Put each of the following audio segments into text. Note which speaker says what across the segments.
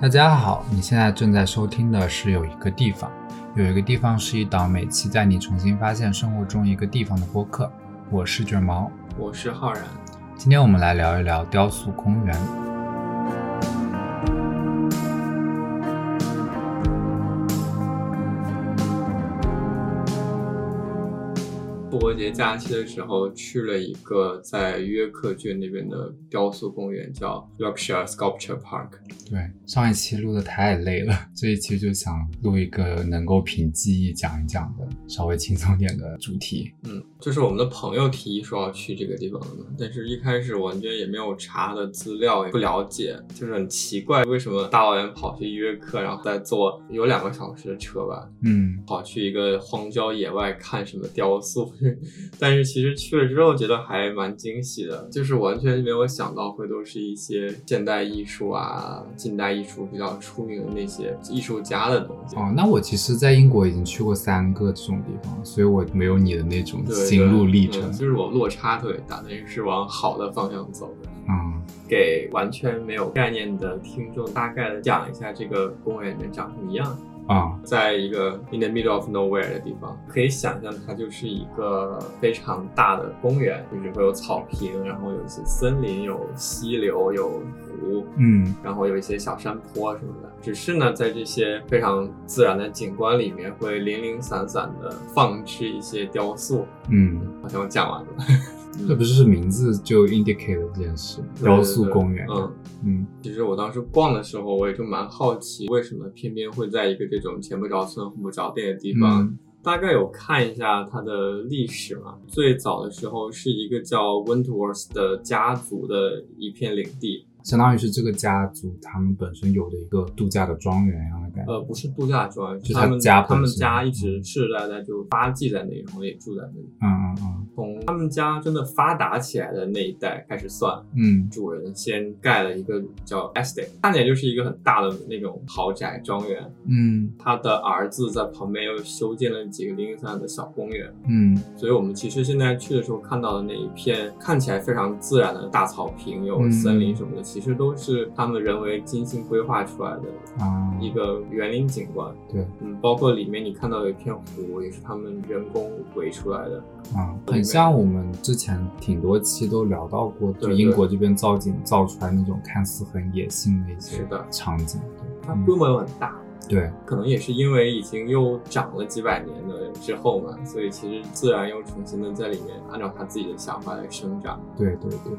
Speaker 1: 大家好，你现在正在收听的是有一个地方，有一个地方是一档每期带你重新发现生活中一个地方的播客。我是卷毛，
Speaker 2: 我是浩然。
Speaker 1: 今天我们来聊一聊雕塑公园。
Speaker 2: 复活节假期的时候去了一个在约克郡那边的雕塑公园，叫 Yorkshire Sculpture Park。
Speaker 1: 对，上一期录的太累了， 这一期就想录一个能够凭记忆讲一讲的，稍微轻松点的主题。
Speaker 2: 嗯，就是我们的朋友提议说要去这个地方的嘛，但是一开始完全也没有查的资料，也不了解，就是很奇怪，为什么大老远跑去约克，然后再坐有两个小时的车吧，
Speaker 1: 嗯，
Speaker 2: 跑去一个荒郊野外看什么雕塑？ 但是其实去了之后觉得还蛮惊喜的，就是完全没有想到会都是一些现代艺术啊、近代艺术比较出名的那些艺术家的东西。
Speaker 1: 哦，那我其实，在英国已经去过三个这种地方，所以我没有你的那种
Speaker 2: 对
Speaker 1: 心路历程
Speaker 2: 嗯。就是我落差特别大，但是是往好的方向走的。
Speaker 1: 嗯，
Speaker 2: 给完全没有概念的听众大概的讲一下这个公园里面长什么样。
Speaker 1: 啊、
Speaker 2: 在一个 in the middle of nowhere 的地方，可以想象它就是一个非常大的公园，就是会有草坪，然后有一些森林，有溪流，有湖，
Speaker 1: 嗯，
Speaker 2: 然后有一些小山坡什么的。只是呢，在这些非常自然的景观里面，会零零散散的放置一些雕塑。
Speaker 1: 嗯，
Speaker 2: 好像我讲完了，
Speaker 1: 这不是名字就 indicate 了这件事，嗯雕塑公园。
Speaker 2: 对对对嗯。
Speaker 1: 嗯
Speaker 2: 其实我当时逛的时候，我也就蛮好奇，为什么偏偏会在一个这种前不着村后不着店的地方，
Speaker 1: 嗯
Speaker 2: 大概有看一下它的历史嘛。最早的时候是一个叫 Wentworth 的家族的一片领地，
Speaker 1: 相当于是这个家族他们本身有的一个度假的庄园一样的感觉。
Speaker 2: 呃，不是度假庄，
Speaker 1: 就是他
Speaker 2: 他们
Speaker 1: 家
Speaker 2: 他们
Speaker 1: 本身
Speaker 2: 家一直世世代代就发迹在那里，然后也住在那里。
Speaker 1: 嗯嗯
Speaker 2: 从他们家真的发达起来的那一代开始算，
Speaker 1: 嗯
Speaker 2: 主人先盖了一个叫 estate，看起来就是一个很大的那种豪宅庄园。
Speaker 1: 嗯
Speaker 2: 他的儿子在旁边又修建了几个零零散散的小公园，
Speaker 1: 嗯嗯
Speaker 2: 所以我们其实现在去的时候看到的那一片看起来非常自然的大草坪、有
Speaker 1: 嗯
Speaker 2: 森林什么的，其实都是他们人为精心规划出来的
Speaker 1: 啊，
Speaker 2: 一个园林景观。
Speaker 1: 对，
Speaker 2: 嗯，包括里面你看到有一片湖，也是他们人工围出来的。
Speaker 1: 啊，很像我们之前挺多期都聊到过，就
Speaker 2: 对
Speaker 1: 英国这边造景造出来那种看似很野性的一些
Speaker 2: 是的
Speaker 1: 场景。
Speaker 2: 它
Speaker 1: 嗯
Speaker 2: 规模又很大，
Speaker 1: 对，
Speaker 2: 可能也是因为已经又长了几百年的之后嘛，所以其实自然又重新的在里面按照他自己的想法来生长。
Speaker 1: 对对对，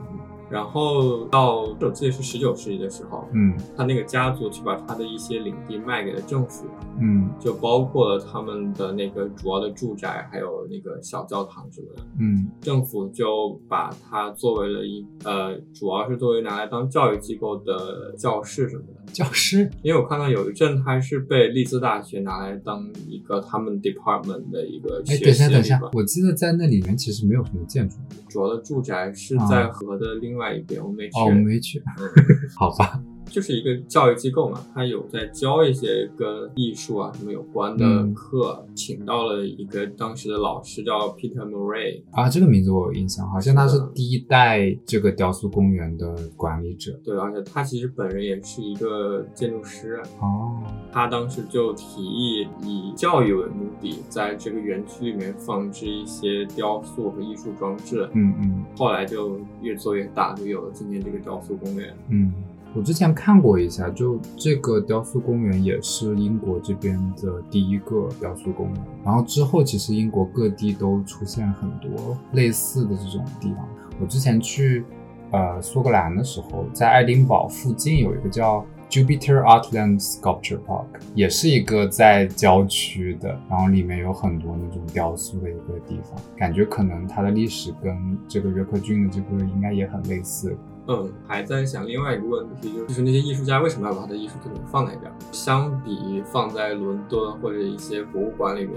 Speaker 2: 然后到我记得是十九世纪的时候，
Speaker 1: 嗯
Speaker 2: 他那个家族去把他的一些领地卖给了政府，
Speaker 1: 嗯
Speaker 2: 就包括了他们的那个主要的住宅，还有那个小教堂什么的。
Speaker 1: 嗯
Speaker 2: 政府就把它作为了一呃，主要是作为拿来当教育机构的教室什么的。
Speaker 1: 教师，
Speaker 2: 因为我看到有一阵，它是被利兹大学拿来当一个他们 department 的一个
Speaker 1: 哎，
Speaker 2: 学
Speaker 1: 等一
Speaker 2: 习
Speaker 1: 下
Speaker 2: 的
Speaker 1: 等一
Speaker 2: 地
Speaker 1: 下
Speaker 2: 方，。
Speaker 1: 我记得在那里面其实没有什么建筑，
Speaker 2: 主要的住宅是在河的另外一边，我没去。
Speaker 1: 啊哦，我没去， 好吧，
Speaker 2: 就是一个教育机构嘛，它有在教一些跟艺术啊什么有关的
Speaker 1: 嗯
Speaker 2: 课，请到了一个当时的老师叫 Peter Murray，
Speaker 1: 啊，这个名字我有印象，好像他是
Speaker 2: 是的
Speaker 1: 第一代这个雕塑公园的管理者。
Speaker 2: 对，而且他其实本人也是一个建筑师，
Speaker 1: 哦，
Speaker 2: 他当时就提议以教育为目的，在这个园区里面放置一些雕塑和艺术装置，
Speaker 1: 嗯嗯。
Speaker 2: 后来就越做越大，就有了今天这个雕塑公园。
Speaker 1: 嗯，我之前看过一下，就这个雕塑公园也是英国这边的第一个雕塑公园。然后之后，其实英国各地都出现很多类似的这种地方。我之前去呃苏格兰的时候，在爱丁堡附近有一个叫 Jupiter Artland Sculpture Park，也是一个在郊区的，然后里面有很多那种雕塑的一个地方，感觉可能它的历史跟这个约克郡的这个应该也很类似。
Speaker 2: 嗯，还在想另外一个问题，就是就是那些艺术家为什么要把他的艺术作品放在这儿？相比放在伦敦或者一些博物馆里面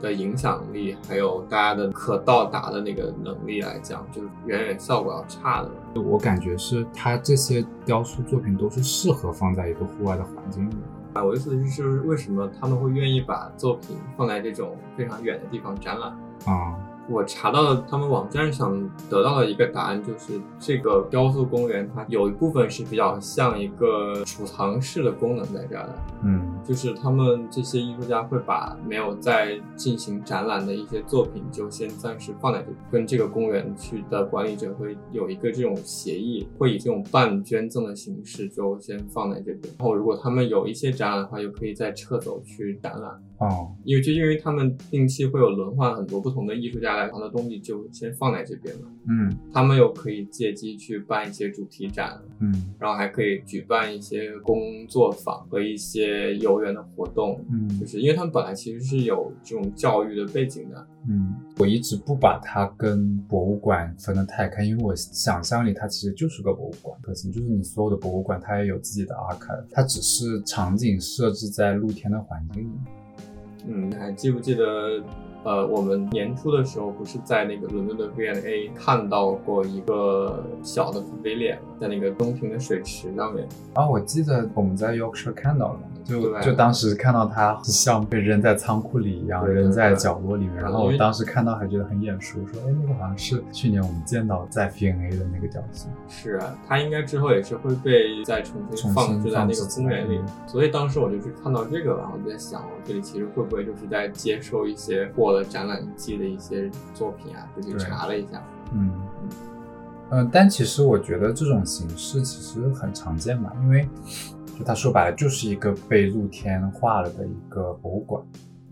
Speaker 2: 的影响力，还有大家的可到达的那个能力来讲，就是远远效果要差的。
Speaker 1: 我感觉是它这些雕塑作品都是适合放在一个户外的环境里。
Speaker 2: 啊，我意思就是，就是为什么他们会愿意把作品放在这种非常远的地方展览？
Speaker 1: 啊、
Speaker 2: 我查到了他们网站上得到了一个答案，就是这个雕塑公园它有一部分是比较像一个储藏室的功能在这儿的，
Speaker 1: 嗯
Speaker 2: 就是他们这些艺术家会把没有在进行展览的一些作品就先暂时放在这里，跟这个公园区的管理者会有一个这种协议，会以这种半捐赠的形式就先放在这边，然后如果他们有一些展览的话，又可以再撤走去展览。
Speaker 1: 哦
Speaker 2: 因为就因为他们定期会有轮换很多不同的艺术家来，他的东西就先放在这边了。
Speaker 1: 嗯
Speaker 2: 他们又可以借机去办一些主题展，
Speaker 1: 嗯
Speaker 2: 然后还可以举办一些工作坊和一些游园的活动。就
Speaker 1: 嗯
Speaker 2: 是因为他们本来其实是有这种教育的背景的，
Speaker 1: 嗯，我一直不把它跟博物馆分得太开，因为我想象里它其实就是个博物馆，可行就是你所有的博物馆它也有自己的 archive，它只是场景设置在露天的环境里。
Speaker 2: 嗯，你还记不记得？呃，我们年初的时候不是在那个伦敦的 V&A 看到过一个小的 pavilion，在那个中庭的水池上面。
Speaker 1: 啊，我记得我们在 Yorkshire 看到了，就
Speaker 2: 对
Speaker 1: 就当时看到它像被扔在仓库里一样，
Speaker 2: 对对
Speaker 1: 扔在
Speaker 2: 对
Speaker 1: 角落里面。然后
Speaker 2: 因
Speaker 1: 我
Speaker 2: 为
Speaker 1: 当时看到还觉得很眼熟，说哎，那个好像是去年我们见到在 V&A 的那个雕塑。
Speaker 2: 是啊，它应该之后也是会被再重
Speaker 1: 重
Speaker 2: 新
Speaker 1: 新
Speaker 2: 放置在
Speaker 1: 放
Speaker 2: 那
Speaker 1: 置
Speaker 2: 个
Speaker 1: 起
Speaker 2: 公
Speaker 1: 来
Speaker 2: 园里
Speaker 1: 嗯，
Speaker 2: 所以当时我就是看到这个，然后我就在想，我这里其实会不会就是在接收一些过了展览季的一些作品啊，就去
Speaker 1: 对
Speaker 2: 查了一下。
Speaker 1: 嗯，嗯，但其实我觉得这种形式其实很常见嘛，因为就它说白了就是一个被露天化了的一个博物馆。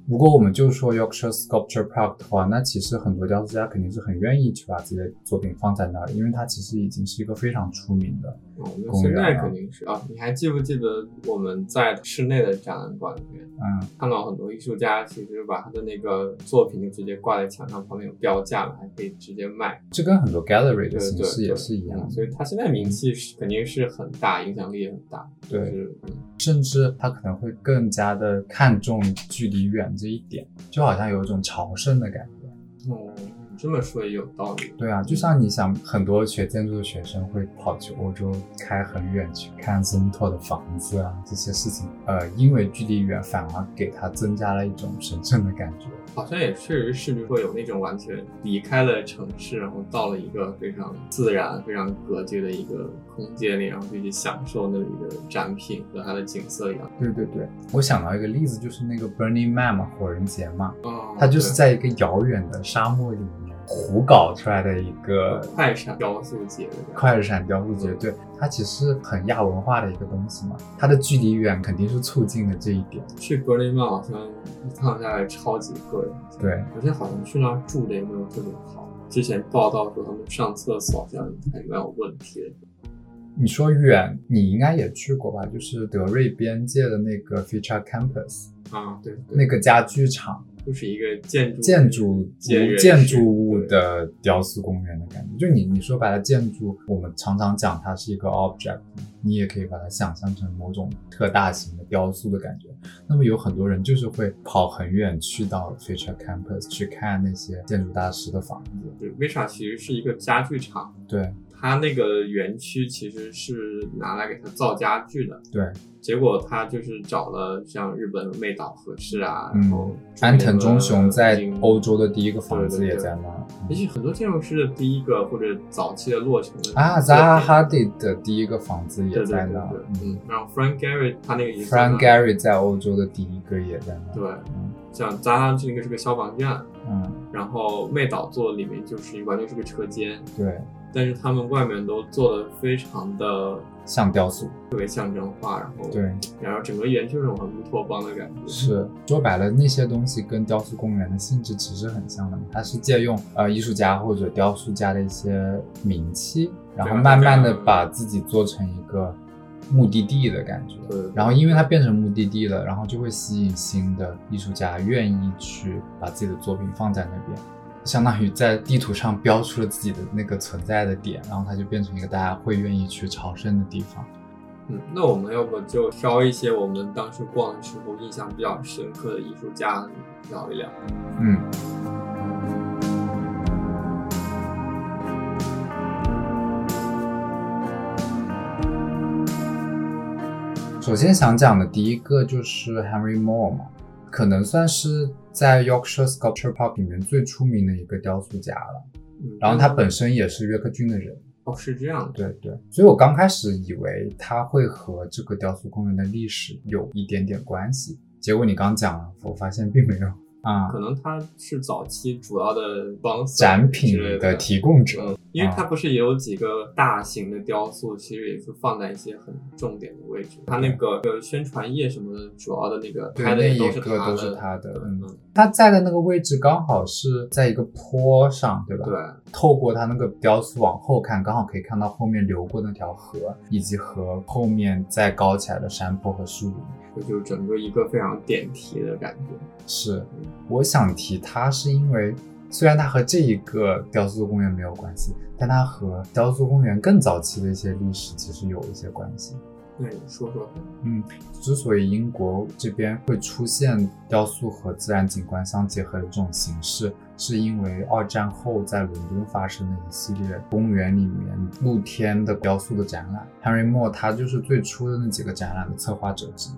Speaker 1: 如果我们就说 Yorkshire Sculpture Park 的话，那其实很多雕塑家肯定是很愿意去把自己的作品放在那儿，因为它其实已经是一个非常出名的。
Speaker 2: 哦，那
Speaker 1: 公
Speaker 2: 现
Speaker 1: 园
Speaker 2: 在
Speaker 1: 啊
Speaker 2: 肯定是啊，你还记不记得我们在室内的展览馆里面
Speaker 1: 嗯，
Speaker 2: 看到很多艺术家，其实把他的那个作品就直接挂在墙上，旁边有标价嘛，还可以直接卖。
Speaker 1: 这跟很多 gallery
Speaker 2: 对
Speaker 1: 的
Speaker 2: 对
Speaker 1: 形
Speaker 2: 对，
Speaker 1: 式也是一样
Speaker 2: 嗯
Speaker 1: 的。
Speaker 2: 所以他现在名气是肯定是很大，影响力也很大。
Speaker 1: 对
Speaker 2: 就是嗯
Speaker 1: 甚至他可能会更加的看重距离远这一点，就好像有一种朝圣的感觉。
Speaker 2: 哦，你这么说也有道理。
Speaker 1: 对啊，就像你想，很多学建筑的学生会跑去欧洲开很远去看松拓的房子啊，这些事情，呃，因为距离远，反而给他增加了一种神圣的感觉。
Speaker 2: 好像也确实是，比如说有那种完全离开了城市，然后到了一个非常自然、非常隔绝的一个空间里，然后就去享受那里的展品和它的景色一样。
Speaker 1: 对对对，我想到一个例子，就是那个 Burning Man 嘛，火人节嘛，
Speaker 2: 哦
Speaker 1: 它就是在一个遥远的沙漠里面胡搞出来的一个
Speaker 2: 对快闪雕塑节的感觉
Speaker 1: 快闪雕塑节，对它其实很亚文化的一个东西嘛，它的距离远肯定是促进了这一点。
Speaker 2: 去 Burning Man 好像一趟下来超级贵，
Speaker 1: 对，
Speaker 2: 而且好像去那儿住的也没有特别好。之前报道说他们上厕所好像还蛮有问题的。
Speaker 1: 你说远，你应该也去过吧？就是德瑞边界的那个 Future Campus
Speaker 2: 啊，对，对
Speaker 1: 那个家具厂，
Speaker 2: 就是一个建筑
Speaker 1: 建筑
Speaker 2: 建
Speaker 1: 物
Speaker 2: 人
Speaker 1: 建
Speaker 2: 士
Speaker 1: 筑物
Speaker 2: 对
Speaker 1: 的雕塑公园的感觉。就你你说白了，建筑我们常常讲它是一个 object，你也可以把它想象成某种特大型的雕塑的感觉。那么有很多人就是会跑很远去到 Future Campus 去看那些建筑大师的房子。
Speaker 2: 对，Visa 其实是一个家具厂，
Speaker 1: 对
Speaker 2: 它那个园区其实是拿来给它造家具的。
Speaker 1: 对，
Speaker 2: 结果他就是找了像日本妹岛和世啊，
Speaker 1: 嗯
Speaker 2: 然后
Speaker 1: 安藤忠雄在
Speaker 2: 中国的
Speaker 1: 欧洲的第一个房子
Speaker 2: 对对
Speaker 1: 也
Speaker 2: 对
Speaker 1: 在那儿。嗯
Speaker 2: 也许很多建筑师的第一个或者早期的落成的
Speaker 1: 啊，
Speaker 2: 作
Speaker 1: 扎
Speaker 2: 品
Speaker 1: 哈哈迪的第一个房子也
Speaker 2: 对对
Speaker 1: 在
Speaker 2: 对
Speaker 1: 那儿
Speaker 2: 对，
Speaker 1: 嗯
Speaker 2: 嗯，然后 Frank Gehry 他那个也在那
Speaker 1: ，Frank Gehry 在欧洲的第一个也在那儿，
Speaker 2: 对，
Speaker 1: 嗯
Speaker 2: 像扎哈这个是个消防站，
Speaker 1: 嗯，
Speaker 2: 然后妹岛做的里面就是完全是个车间，
Speaker 1: 对，
Speaker 2: 但是他们外面都做的非常的
Speaker 1: 像雕塑，
Speaker 2: 特别象征化，然后
Speaker 1: 对，
Speaker 2: 然后整个园区是种很乌托邦的感觉，
Speaker 1: 是说白了，那些东西跟雕塑公园的性质其实很像的嘛，它是借用呃艺术家或者雕塑家的一些名气，然后
Speaker 2: 对
Speaker 1: 慢慢
Speaker 2: 大
Speaker 1: 的
Speaker 2: 家
Speaker 1: 把自己做成一个目的地的感觉，
Speaker 2: 对，
Speaker 1: 然后因为它变成目的地了，然后就会吸引新的艺术家愿意去把自己的作品放在那边，相当于在地图上标出了自己的那个存在的点，然后它就变成一个大家会愿意去朝圣的地方。
Speaker 2: 嗯，那我们要不就挑一些我们当时逛的时候印象比较深刻的艺术家聊一聊？
Speaker 1: 嗯，首先想讲的第一个就是 Henry Moore 嘛，可能算是在 Yorkshire Sculpture Park 里面最出名的一个雕塑家了。
Speaker 2: 嗯
Speaker 1: 然后他本身也是约克郡的人，
Speaker 2: 哦是这样的，
Speaker 1: 对对，所以我刚开始以为它会和这个雕塑公园的历史有一点点关系，结果你刚讲了，我发现并没有啊。
Speaker 2: 可能他是早期主要的帮手
Speaker 1: 展
Speaker 2: 之
Speaker 1: 品
Speaker 2: 类
Speaker 1: 的啊
Speaker 2: 的
Speaker 1: 提供者，
Speaker 2: 嗯，因为它不是也有几个大型的雕塑，其实也是放在一些很重点的位置。它那个呃宣传页什么的，主要的那个
Speaker 1: 对，
Speaker 2: 拍的
Speaker 1: 那
Speaker 2: 也
Speaker 1: 一
Speaker 2: 是
Speaker 1: 个
Speaker 2: 它
Speaker 1: 都
Speaker 2: 的，
Speaker 1: 是他的，嗯
Speaker 2: 嗯，
Speaker 1: 他在的那个位置刚好是在一个坡上，对吧？
Speaker 2: 对，
Speaker 1: 透过他那个雕塑往后看，刚好可以看到后面流过那条河，以及河后面再高起来的山坡和树林。
Speaker 2: 这就是整个一个非常点题的感觉。
Speaker 1: 是，我想提它是因为，虽然它和这一个雕塑公园没有关系，但它和雕塑公园更早期的一些历史其实有一些关系。
Speaker 2: 那你说说看，
Speaker 1: 之所以英国这边会出现雕塑和自然景观相结合的这种形式，是因为二战后在伦敦发生的一系列公园里面露天的雕塑的展览。Henry Moore 他就是最初的那几个展览的策划者之一。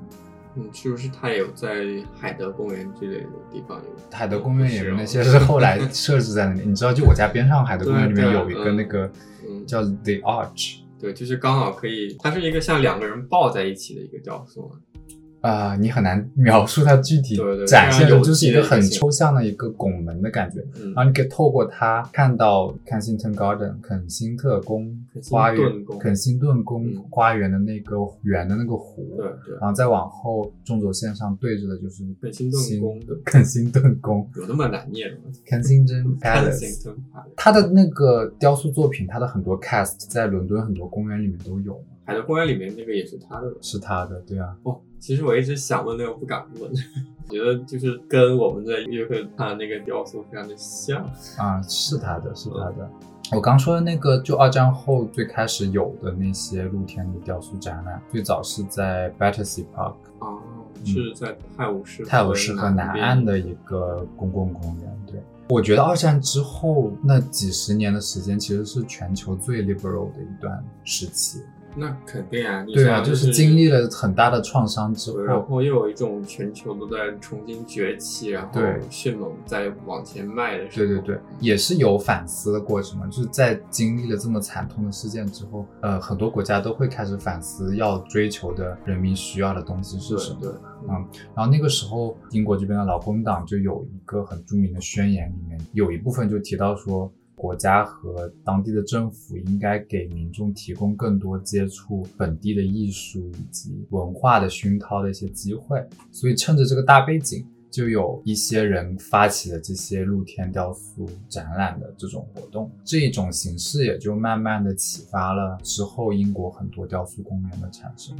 Speaker 2: 嗯，是不是它也有在海德公园之类的地方有？
Speaker 1: 海德公园里面那些
Speaker 2: 是
Speaker 1: 是后来设置在那里，你知道，就我家边上海德公园里面
Speaker 2: 对对
Speaker 1: 有一个
Speaker 2: 嗯
Speaker 1: 那个
Speaker 2: 嗯，
Speaker 1: 叫 The Arch，
Speaker 2: 对，就是刚好可以，它是一个像两个人抱在一起的一个雕塑嘛。
Speaker 1: 啊、你很难描述它具体
Speaker 2: 对对对
Speaker 1: 展现
Speaker 2: 非常
Speaker 1: 的，
Speaker 2: 有
Speaker 1: 就是一
Speaker 2: 趣
Speaker 1: 个
Speaker 2: 的
Speaker 1: 很
Speaker 2: 一个形
Speaker 1: 抽象的一个拱门的感觉。
Speaker 2: 嗯
Speaker 1: 啊然，后你可以透过它看到肯辛顿 garden 肯辛特宫
Speaker 2: 肯辛顿
Speaker 1: 花园
Speaker 2: 宫
Speaker 1: 肯辛顿宫
Speaker 2: 嗯
Speaker 1: 花园的那个圆的那个湖，
Speaker 2: 对对，
Speaker 1: 然后再往后纵轴线上对着的就是
Speaker 2: 肯辛顿宫
Speaker 1: 辛肯辛顿 宫
Speaker 2: 有那么难念吗？
Speaker 1: 肯 辛顿
Speaker 2: 看
Speaker 1: palace。
Speaker 2: 行灯海
Speaker 1: 它的那个雕塑作品，它的很多 cast 在伦敦很多公园里面都有，
Speaker 2: 海德公园里面那个也是他的
Speaker 1: 是它的，对啊，
Speaker 2: 哦，其实我一直想问，但又不敢问， 觉得就是跟我们在约克看的那个雕塑非常的像。
Speaker 1: 啊，是他的，是他的。我刚说的那个，就二战后最开始有的那些露天的雕塑展览，最早是在 Battersea Park
Speaker 2: 哦，是在泰晤士
Speaker 1: 嗯
Speaker 2: 河
Speaker 1: 泰晤士河南岸
Speaker 2: 边
Speaker 1: 的一个公共公园。对，我觉得二战之后那几十年的时间，其实是全球最 liberal 的一段时期。
Speaker 2: 那肯定啊，你
Speaker 1: 对啊，
Speaker 2: 想
Speaker 1: 就是
Speaker 2: 是
Speaker 1: 经历了很大的创伤之
Speaker 2: 对。然
Speaker 1: 后，
Speaker 2: 后又有一种全球都在重新崛起，然后
Speaker 1: 对
Speaker 2: 迅猛在往前迈的时
Speaker 1: 对
Speaker 2: 候，
Speaker 1: 对对，也是有反思的过程嘛。就是在经历了这么惨痛的事件之后，呃，很多国家都会开始反思要追求的人民需要的东西是什么。
Speaker 2: 对
Speaker 1: 然后那个时候，英国这边的劳工党就有一个很著名的宣言，里面有一部分就提到说，国家和当地的政府应该给民众提供更多接触本地的艺术以及文化的熏陶的一些机会。所以趁着这个大背景，就有一些人发起了这些露天雕塑展览的这种活动，这一种形式也就慢慢的启发了之后英国很多雕塑公园的产生。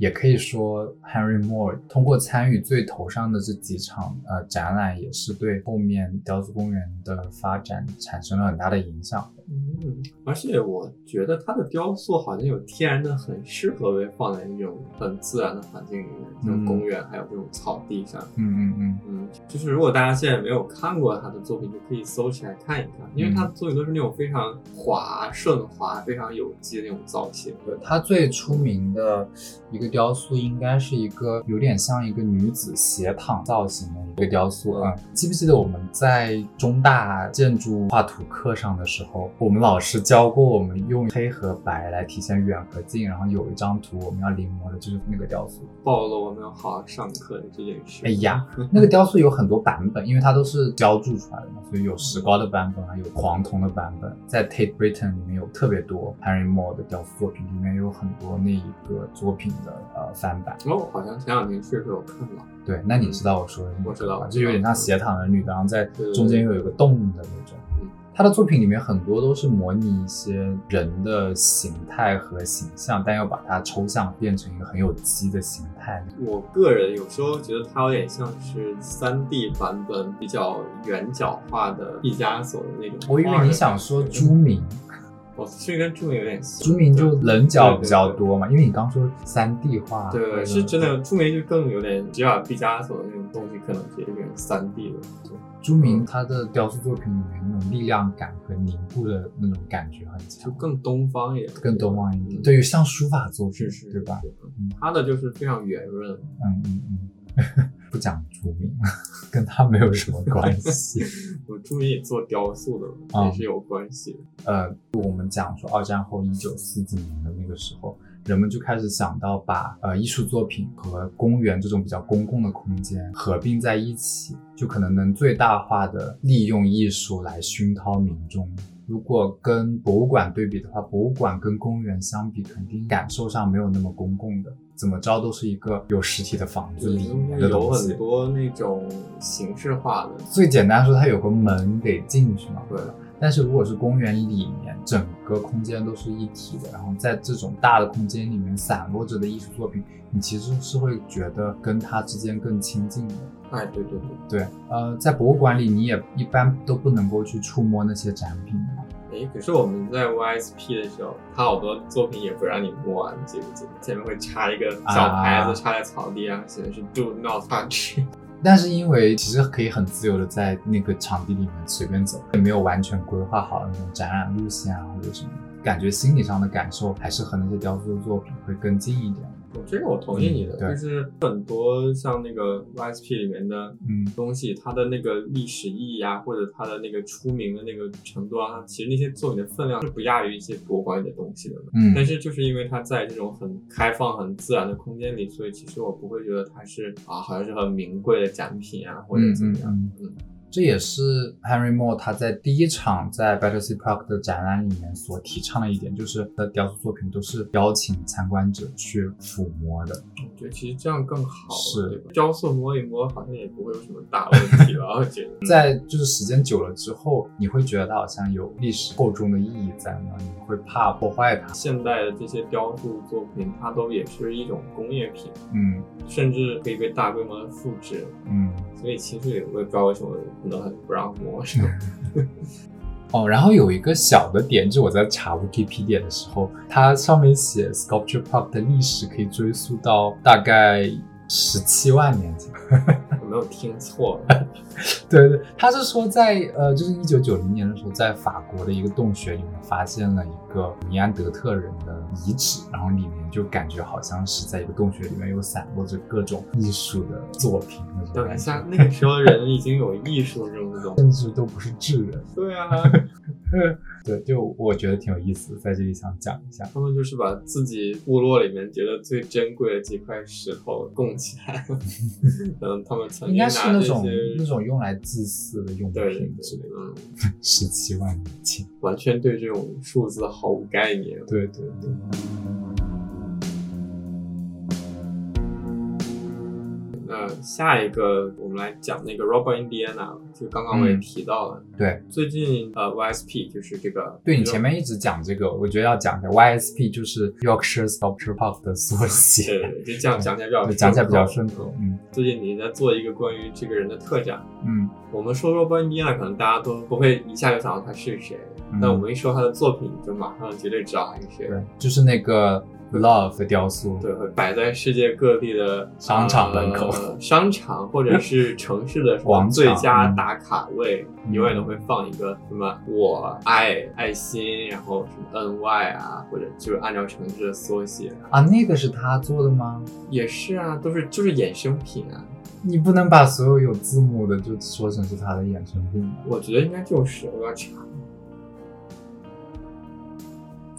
Speaker 1: 也可以说，Henry Moore 通过参与最头上的这几场呃展览，也是对后面雕塑公园的发展产生了很大的影响。
Speaker 2: 嗯，而且我觉得它的雕塑好像有天然的很适合被放在那种很自然的环境里面，像
Speaker 1: 嗯
Speaker 2: 公园还有这种草地上。
Speaker 1: 嗯嗯嗯，
Speaker 2: 嗯，就是如果大家现在没有看过他的作品，就可以搜起来看一看，因为
Speaker 1: 嗯
Speaker 2: 他的作品都是那种非常滑顺滑、非常有机的那种造型。
Speaker 1: 对，它最出名的一个雕塑应该是一个有点像一个女子斜躺造型的一个雕塑啊、记不记得我们在中大建筑画图课上的时候，我们老师教过我们用黑和白来体现远和近，然后有一张图我们要临摹的就是那个雕塑。
Speaker 2: 暴露我没有好好上课的这件事。
Speaker 1: 哎呀，那个雕塑有很多版本，因为它都是浇铸出来的嘛，所以有石膏的版本啊，有黄铜的版本。在 Tate Britain 里面有特别多 Henry Moore 的雕塑作品，里面有很多那一个作品的呃翻版。
Speaker 2: 然后哦我好像前两年确实有看到，
Speaker 1: 对，那你知道我说的是哪个吧
Speaker 2: 我知道我知道
Speaker 1: 就有点像斜躺的女的，然后在
Speaker 2: 对
Speaker 1: 中间又有一个洞的那种
Speaker 2: 嗯。
Speaker 1: 他的作品里面很多都是模拟一些人的形态和形象，但又把它抽象变成一个很有机的形态。
Speaker 2: 我个人有时候觉得它有点像是三 D 版本比较圆角化的毕加索的那种画的感觉。
Speaker 1: 我以为你想说朱明。
Speaker 2: 我是跟著名有点像，
Speaker 1: 朱明就
Speaker 2: 对
Speaker 1: 棱角比较
Speaker 2: 对对对
Speaker 1: 多嘛，因为你刚说三 D 画，
Speaker 2: 对
Speaker 1: 或者
Speaker 2: 是真。的，著名就更有点，只要毕加索的那种东西，可能是有点三 D 的那种，
Speaker 1: 朱明他的雕塑作品里面那种力量感和凝固的那种感觉很
Speaker 2: 就
Speaker 1: 强，
Speaker 2: 更东方一点，
Speaker 1: 更东方一点。
Speaker 2: 嗯
Speaker 1: 对，有像书法作品，
Speaker 2: 是是，
Speaker 1: 对吧？
Speaker 2: 是
Speaker 1: 嗯？
Speaker 2: 它的就是非常圆润，
Speaker 1: 嗯嗯嗯。 不讲著名， 跟他没有什么关系。
Speaker 2: 我著名也做雕塑的嘛，
Speaker 1: 嗯
Speaker 2: 也是有关系的。
Speaker 1: 呃，我们讲说二战后一九四几年的那个时候，人们就开始想到把呃艺术作品和公园这种比较公共的空间合并在一起，就可能能最大化的利用艺术来熏陶民众。如果跟博物馆对比的话，博物馆跟公园相比，肯定感受上没有那么公共的，怎么着都是一个有实体的房子里面的
Speaker 2: 有
Speaker 1: 东西
Speaker 2: 很。多那种形式化的，啊
Speaker 1: 最简单说，它有个门得进去嘛，
Speaker 2: 对，
Speaker 1: 但是如果是公园里面，整个空间都是一体的，然后在这种大的空间里面散落着的艺术作品，你其实是会觉得跟它之间更亲近的。
Speaker 2: 哎，对对对。
Speaker 1: 对，呃，在博物馆里你也一般都不能够去触摸那些展品嘛。
Speaker 2: 哎，可是我们在 YSP 的时候，他好多作品也不让你摸啊，你记不记得？前面会插一个小牌
Speaker 1: 啊
Speaker 2: 子插在草地上，写的是 “Do not touch”。
Speaker 1: 但是因为其实可以很自由的在那个场地里面随便走，也没有完全规划好那种展览路线啊或者什么，感觉心理上的感受还是和那些雕塑作品会更近一点。
Speaker 2: 我这个我同意你的，
Speaker 1: 嗯对
Speaker 2: 就是很多像那个 YSP 里面的
Speaker 1: 嗯，
Speaker 2: 东西，它的那个历史意义啊，或者它的那个出名的那个程度啊，其实那些作品的分量是不亚于一些博物馆里的东西的。
Speaker 1: 嗯
Speaker 2: 但是就是因为它在这种很开放、很自然的空间里，所以其实我不会觉得它是啊，好像是很名贵的展品啊，或者怎么样。
Speaker 1: 嗯
Speaker 2: 嗯
Speaker 1: 这也是 Henry Moore 他在第一场在 Battersea Park 的展览里面所提倡的一点，就是他的雕塑作品都是邀请参观者去抚摸的。
Speaker 2: 我觉得其实这样更好，
Speaker 1: 是
Speaker 2: 对吧雕塑摸一摸，好像也不会有什么大问题 吧？我觉得。
Speaker 1: 在就是时间久了之后，你会觉得它好像有历史厚重的意义在那，你会怕破坏它。
Speaker 2: 现代的这些雕塑作品，它都也是一种工业品，
Speaker 1: 嗯
Speaker 2: 甚至可以被大规模的复制。
Speaker 1: 嗯。
Speaker 2: 所以其实也我也不知道为什么很多很不让摸，是吧？
Speaker 1: 哦，然后有一个小的点，就是我在查 Wikipedia 的时候，它上面写 Sculpture Park 的历史可以追溯到大概十七万年前。
Speaker 2: 我没有听错，
Speaker 1: 对对，他是说在呃，就是一九九零年的时候，在法国的一个洞穴里面发现了一个尼安德特人的遗址，然后里面就感觉好像是在一个洞穴里面有散落着各种艺术的作品那种
Speaker 2: 等一
Speaker 1: 感觉，
Speaker 2: 下，那个时候人已经有艺术这种东西。
Speaker 1: 甚至都不是智人。
Speaker 2: 对啊，
Speaker 1: 对，就我觉得挺有意思的，在这里想讲一下。
Speaker 2: 他们就是把自己部落里面觉得最珍贵的几块石头供起来， 嗯，他们曾
Speaker 1: 应
Speaker 2: 经拿
Speaker 1: 该是那
Speaker 2: 这
Speaker 1: 种那
Speaker 2: 些，
Speaker 1: 种用来祭祀的用
Speaker 2: 对对对
Speaker 1: 品之类，的，
Speaker 2: 嗯，
Speaker 1: 十七万年前。
Speaker 2: 完全对这种数字毫无概念。
Speaker 1: 对对对。
Speaker 2: 那下一个我们来讲那个 Robert Indiana，就刚刚我也
Speaker 1: 嗯
Speaker 2: 提到了，
Speaker 1: 对，
Speaker 2: 最近呃 YSP 就是这个，
Speaker 1: 对你前面一直讲这个，我觉得要讲一下 YSP，就是 Yorkshire Sculpture Park 的缩
Speaker 2: 对
Speaker 1: 写，
Speaker 2: 对，呃对就这样讲起来比较
Speaker 1: 对讲起来比较顺
Speaker 2: 口
Speaker 1: 口。嗯
Speaker 2: 最近你在做一个关于这个人的特展，
Speaker 1: 嗯，
Speaker 2: 我们说 Robert Indiana，可能大家都不会一下就想到他是谁，
Speaker 1: 嗯
Speaker 2: 但我们一说他的作品，就马上绝对知道他是谁。
Speaker 1: 对，就是那个 Love 的雕塑，
Speaker 2: 对，会摆在世界各地的
Speaker 1: 商场门口
Speaker 2: 呃商场或者是城市的什么
Speaker 1: 广场
Speaker 2: 最佳打卡位，
Speaker 1: 嗯
Speaker 2: 永远都会放一个什么我爱爱心，然后什么 NY 啊，或者就是按照城市的缩写
Speaker 1: 啊，
Speaker 2: 啊，
Speaker 1: 那个是他做的吗？
Speaker 2: 也是啊，都是就是衍生品啊。
Speaker 1: 你不能把所有有字母的就说成是他的衍生品吧？
Speaker 2: 我觉得应该就是，我要查。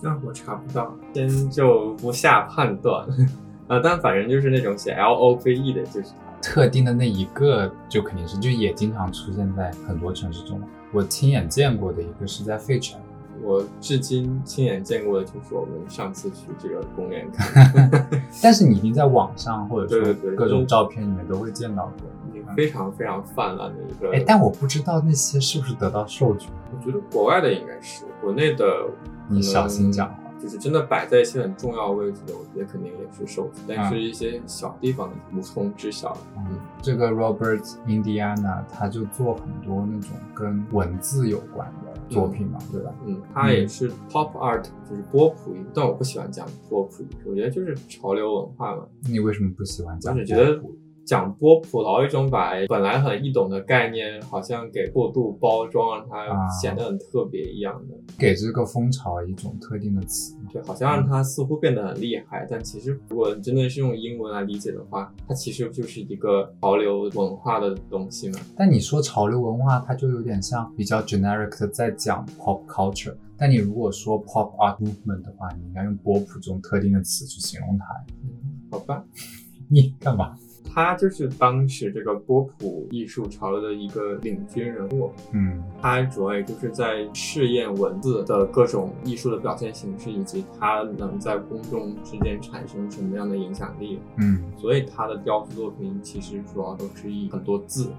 Speaker 2: 那、啊我查不到，先就不下判断。 啊，但反正就是那种写 L O V E 的，就是它。
Speaker 1: 特定的那一个就肯定是，就也经常出现在很多城市中。我亲眼见过的一个是在费城，
Speaker 2: 我至今亲眼见过的就是我们上次去这个公园看，
Speaker 1: 但是你一定在网上或者
Speaker 2: 对
Speaker 1: 说
Speaker 2: 对对
Speaker 1: 各种
Speaker 2: 嗯
Speaker 1: 照片里面都会见到过。
Speaker 2: 已经非常非常泛滥的一个。
Speaker 1: 哎，但我不知道那些是不是得到授权。
Speaker 2: 我觉得国外的应该是，国内的
Speaker 1: 你小心讲话。啊
Speaker 2: 就是真的摆在一些很重要位置的，我觉得肯定也是受阻，但是一些小地方无从知晓。
Speaker 1: 嗯，这个 Robert Indiana 他就做很多那种跟文字有关的作品嘛，对吧？
Speaker 2: 嗯，它也是 pop art，就是波普艺，但我不喜欢讲波普艺，我觉得就是潮流文化嘛，
Speaker 1: 你为什么不喜欢
Speaker 2: 我
Speaker 1: 讲？
Speaker 2: 只觉得蒋波普老有一种把本来很易懂的概念，好像给过度包装，让它
Speaker 1: 啊
Speaker 2: 显得很特别一样的。
Speaker 1: 给这个风潮一种特定的词。
Speaker 2: 对，好
Speaker 1: 嗯
Speaker 2: 像让它似乎变得很厉害，但其实如果你真的是用英文来理解的话，它其实就是一个潮流文化的东西嘛。
Speaker 1: 但你说潮流文化，它就有点像比较 generic 的在讲 pop culture。但你如果说 pop art movement 的话，你应该用波普这种特定的词去形容它。嗯
Speaker 2: 好吧，
Speaker 1: 你干嘛？
Speaker 2: 他就是当时这个波普艺术潮流的一个领军人物，
Speaker 1: 嗯
Speaker 2: 他主要也就是在试验文字的各种艺术的表现形式，以及它能在公众之间产生什么样的影响力。
Speaker 1: 嗯，
Speaker 2: 所以他的雕塑作品其实主要都是以很多字，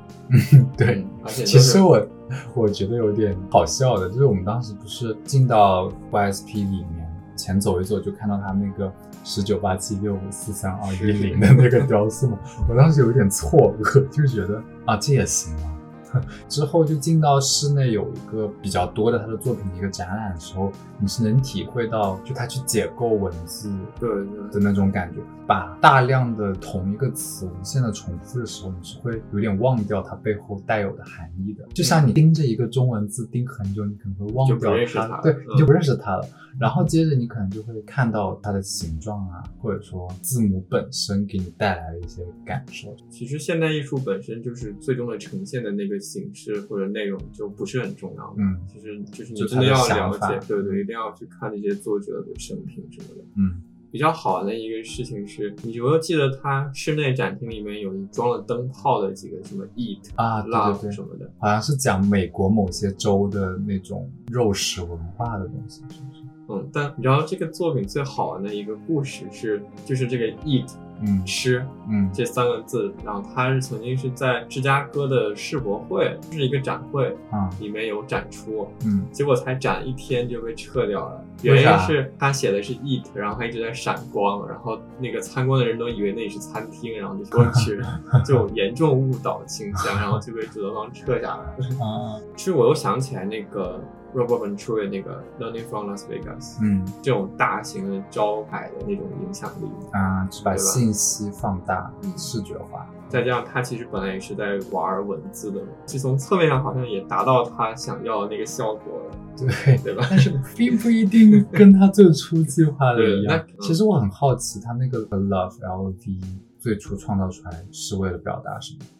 Speaker 1: 对。
Speaker 2: 嗯，而且都
Speaker 1: 其
Speaker 2: 是
Speaker 1: 实我我觉得有点好笑的，就是我们当时不是进到 YSP 里面，前走一走就看到他那个十九八七六五四三二一零的那个雕塑嘛，我当时有点错愕，就觉得啊这也行啊。 之后就进到室内有一个比较多的他的作品的一个展览的时候，你是能体会到就他去解构文字
Speaker 2: 对对
Speaker 1: 的那种感觉，把大量的同一个词无限的重复的时候，你是会有点忘掉它背后带有的含义的。就像你盯着一个中文字盯很久，你可能会忘
Speaker 2: 嗯就
Speaker 1: 掉
Speaker 2: 不认识它
Speaker 1: 它，
Speaker 2: 了
Speaker 1: 对
Speaker 2: 嗯，
Speaker 1: 你就不认识它了。然后接着你可能就会看到它的形状啊，或者说字母本身给你带来的一些感受。
Speaker 2: 其实现代艺术本身就是最终的呈现的那个形式或者内容就不是很重要。
Speaker 1: 嗯
Speaker 2: 其实就是你
Speaker 1: 就
Speaker 2: 真
Speaker 1: 他
Speaker 2: 的
Speaker 1: 的
Speaker 2: 要
Speaker 1: 想
Speaker 2: 了
Speaker 1: 法
Speaker 2: 解，对对，一定要去看这些作者的生平什么的。
Speaker 1: 嗯
Speaker 2: 比较好玩的一个事情是，你有没有记得它室内展厅里面有一装了灯泡的几个什么 eat
Speaker 1: 啊，对
Speaker 2: love
Speaker 1: 对对
Speaker 2: 什，么的？
Speaker 1: 好像是讲美国某些州的那种肉食文化的东西，是不是？
Speaker 2: 嗯，但你知道这个作品最好玩的一个故事是，就是这个 eat
Speaker 1: 嗯
Speaker 2: 吃
Speaker 1: 嗯
Speaker 2: 这三个字，然后它是曾经是在芝加哥的世博会，是一个展会
Speaker 1: 啊
Speaker 2: 里面有展出，
Speaker 1: 嗯，
Speaker 2: 结果才展一天就被撤掉了，原
Speaker 1: 为啥
Speaker 2: 因是他写的是 eat，然后他一直在闪光，然后那个参观的人都以为那里是餐厅，然后就过 去，就有严重误导倾向，然后就被主办方撤下来了。
Speaker 1: 啊
Speaker 2: 其实我又想起来那个 Robert Venturi 那个 Learning from Las Vegas，、
Speaker 1: 嗯。
Speaker 2: 这种大型的招牌的那种影响力，
Speaker 1: 啊，只把
Speaker 2: 对吧嗯
Speaker 1: 信息放大、视觉化。
Speaker 2: 再加上他其实本来也是在玩文字的，其实从侧面上好像也达到他想要的那个效果了，
Speaker 1: 对，
Speaker 2: 对吧？
Speaker 1: 但是并不一定跟他最初计划的一样
Speaker 2: 对。那
Speaker 1: 其实我很好奇，他那个 love L V 最初创造出来是为了表达什么？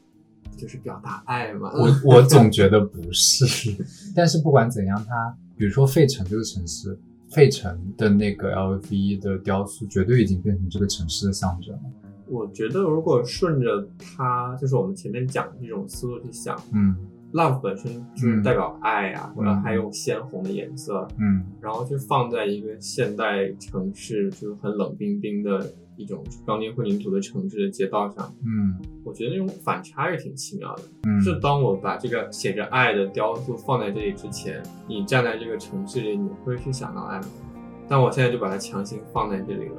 Speaker 2: 就是表达爱嘛。
Speaker 1: 我我总觉得不是。 但是不管怎样，它比如说费城这个城市，费城的那个 L V 的雕塑绝对已经变成这个城市的象征了。
Speaker 2: 我觉得如果顺着它，就是我们前面讲的这种思路去想
Speaker 1: 嗯
Speaker 2: ，love 本身就是代表爱啊，
Speaker 1: 嗯
Speaker 2: 然后还有鲜红的颜色，
Speaker 1: 嗯
Speaker 2: 然后就放在一个现代城市，就是很冷冰冰的一种钢筋混凝土的城市的街道上，
Speaker 1: 嗯
Speaker 2: 我觉得那种反差也挺奇妙的。
Speaker 1: 嗯，
Speaker 2: 是当我把这个写着爱的雕塑放在这里之前，你站在这个城市里，你会去想到爱吗？但我现在就把它强行放在这里了。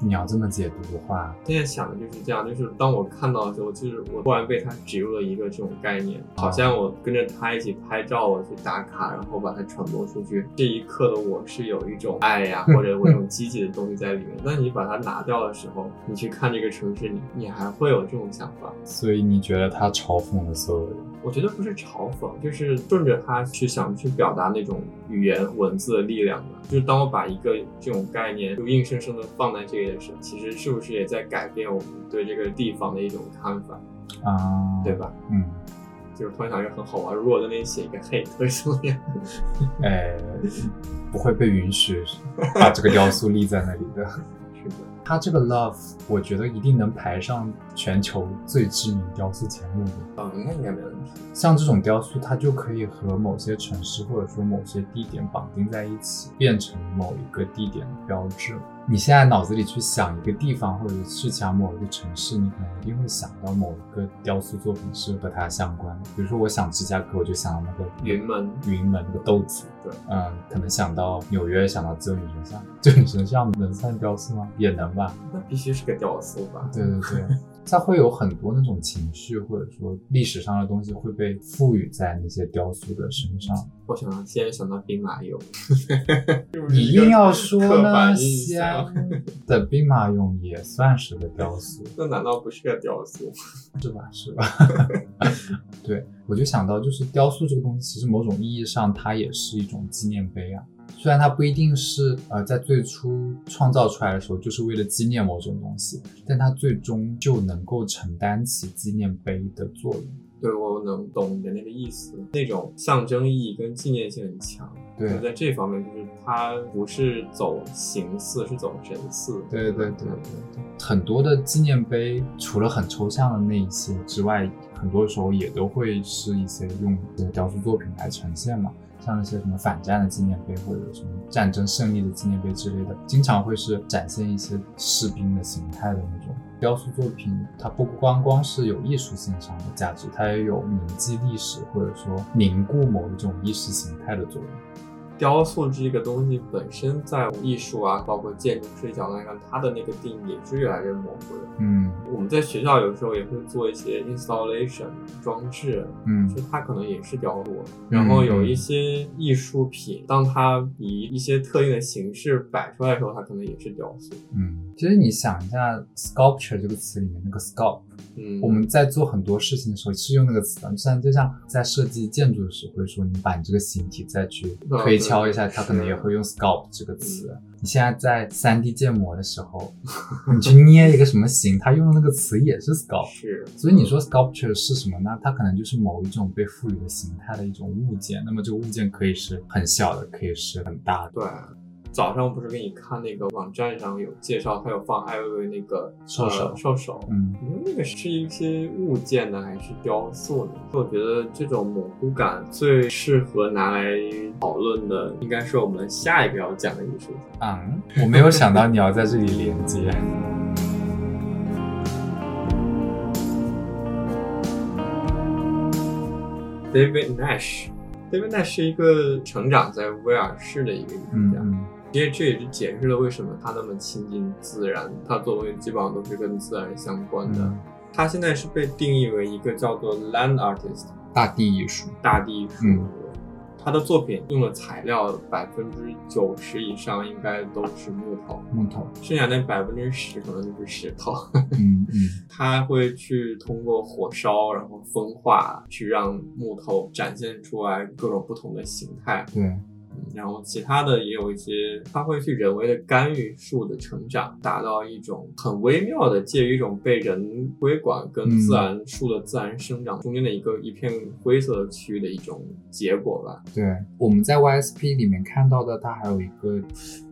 Speaker 1: 你要这么解读的话，
Speaker 2: 现在想的就是这样，就是当我看到的时候，就是我突然被他植入了一个这种概念，好像我跟着他一起拍照，啊我去打卡，然后把它传播出去。这一刻的我是有一种爱呀、或者我有积极的东西在里面。但你把它拿掉的时候，你去看这个城市，你你还会有这种想法？
Speaker 1: 所以你觉得他嘲讽了所有人？
Speaker 2: 我觉得不是嘲讽，就是顺着它去想去表达那种语言文字的力量吧。就是当我把一个这种概念就硬生生的放在这里的时候，其实是不是也在改变我们对这个地方的一种看法，
Speaker 1: 啊，
Speaker 2: 对？吧？
Speaker 1: 嗯。
Speaker 2: 就是突然想一个很好玩，如果在那里写一个 hate 会怎么样？
Speaker 1: 呃，不会被允许把这个雕塑立在那里的。
Speaker 2: 是的，
Speaker 1: 他这个 Love，我觉得一定能排上全球最知名雕塑前六名。
Speaker 2: 嗯，那应该没问题。
Speaker 1: 像这种雕塑，它就可以和某些城市或者说某些地点绑定在一起，变成某一个地点的标志。你现在脑子里去想一个地方，或者去想某一个城市，你可能一定会想到某一个雕塑作品是和它相关的。比如说，我想芝加哥，我就想到那个
Speaker 2: 云门，
Speaker 1: 云门的豆子，
Speaker 2: 对，
Speaker 1: 嗯，可能想到纽约，想到自由女神 像，自由女神像能算雕塑吗？也能吧，
Speaker 2: 那必须是个雕塑吧？
Speaker 1: 对对对。它会有很多那种情绪或者说历史上的东西会被赋予在那些雕塑的身上。
Speaker 2: 我想到现在想到兵马俑，
Speaker 1: 你硬要说
Speaker 2: 刻
Speaker 1: 呢，
Speaker 2: 板印
Speaker 1: 西
Speaker 2: 象
Speaker 1: 安 的兵马俑也算是个雕塑，
Speaker 2: 那难道不是个雕塑？
Speaker 1: 是吧？是吧？ 对，我就想到，就是雕塑这个东西，其实某种意义上它也是一种纪念碑啊。虽然它不一定是呃在最初创造出来的时候就是为了纪念某种东西，但它最终就能够承担起纪念碑的作用。
Speaker 2: 对我能懂你的那个意思，那种象征意义跟纪念性很强。
Speaker 1: 对
Speaker 2: 就在这方面，就是它不是走形似，是走神似。
Speaker 1: 对对对对对，很多的纪念碑除了很抽象的那一些之外，很多时候也都会是一些用这个雕塑作品来呈现嘛，像那些什么反战的纪念碑或者什么战争胜利的纪念碑之类的，经常会是展现一些士兵的形态的那种。雕塑作品它不光光是有艺术性上的价值，它也有铭记历史或者说凝固某一种意识形态的作用。
Speaker 2: 雕塑这个东西本身在艺术啊，包括建筑设计角度来看，它的那个定义也是越来越模糊的。
Speaker 1: 嗯
Speaker 2: 我们在学校有时候也会做一些 installation 装置，
Speaker 1: 嗯
Speaker 2: 就它可能也是雕塑，然后有一些艺术品，当它以一些特定的形式摆出来的时候，它可能也是雕塑。
Speaker 1: 嗯，其实你想一下 sculpture 这个词里面那个 sculpt。
Speaker 2: 嗯，
Speaker 1: 我们在做很多事情的时候是用那个词的，就像就像在设计建筑的时候会说你把你这个形体再去推敲一下，
Speaker 2: 嗯
Speaker 1: 它可能也会用 sculpt 这个词。你现在在 3D 建模的时候，你去捏一个什么形，它用的那个词也是 sculpt。
Speaker 2: 是，
Speaker 1: 所以你说 sculpture 是什么呢？它可能就是某一种被赋予的形态的一种物件。那么这个物件可以是很小的，可以是很大的。
Speaker 2: 对。早上不是给你看那个网站上有介绍，它有放艾薇薇那个
Speaker 1: 兽首
Speaker 2: 呃兽首，
Speaker 1: 嗯
Speaker 2: 你说那个是一些物件呢，还是雕塑呢？我觉得这种模糊感最适合拿来讨论的，应该是我们下一个要讲的艺术。
Speaker 1: 嗯，我没有想到你要在这里连接。
Speaker 2: David Nash。David Nash 是一个成长在威尔士的一个艺
Speaker 1: 嗯
Speaker 2: 术家，
Speaker 1: 嗯
Speaker 2: 其实这也是解释了为什么他那么亲近自然，他作为基本上都是跟自然相关的。
Speaker 1: 嗯，
Speaker 2: 他现在是被定义为一个叫做 land artist
Speaker 1: 大地艺术。
Speaker 2: 大地术。
Speaker 1: 嗯
Speaker 2: 他的作品用的材料百分之九十以上应该都是木头，
Speaker 1: 木头，
Speaker 2: 剩下那百分之十可能就是石头。
Speaker 1: 嗯嗯，
Speaker 2: 他会去通过火烧，然后风化，去让木头展现出来各种不同的形态。
Speaker 1: 对，
Speaker 2: 嗯然后其他的也有一些，他会去人为的干预树的成长，达到一种很微妙的介于一种被人规管跟
Speaker 1: 嗯
Speaker 2: 自然树的自然生长中间的一个一片灰色区域的一种结果吧。
Speaker 1: 对，我们在 YSP 里面看到的，它还有一个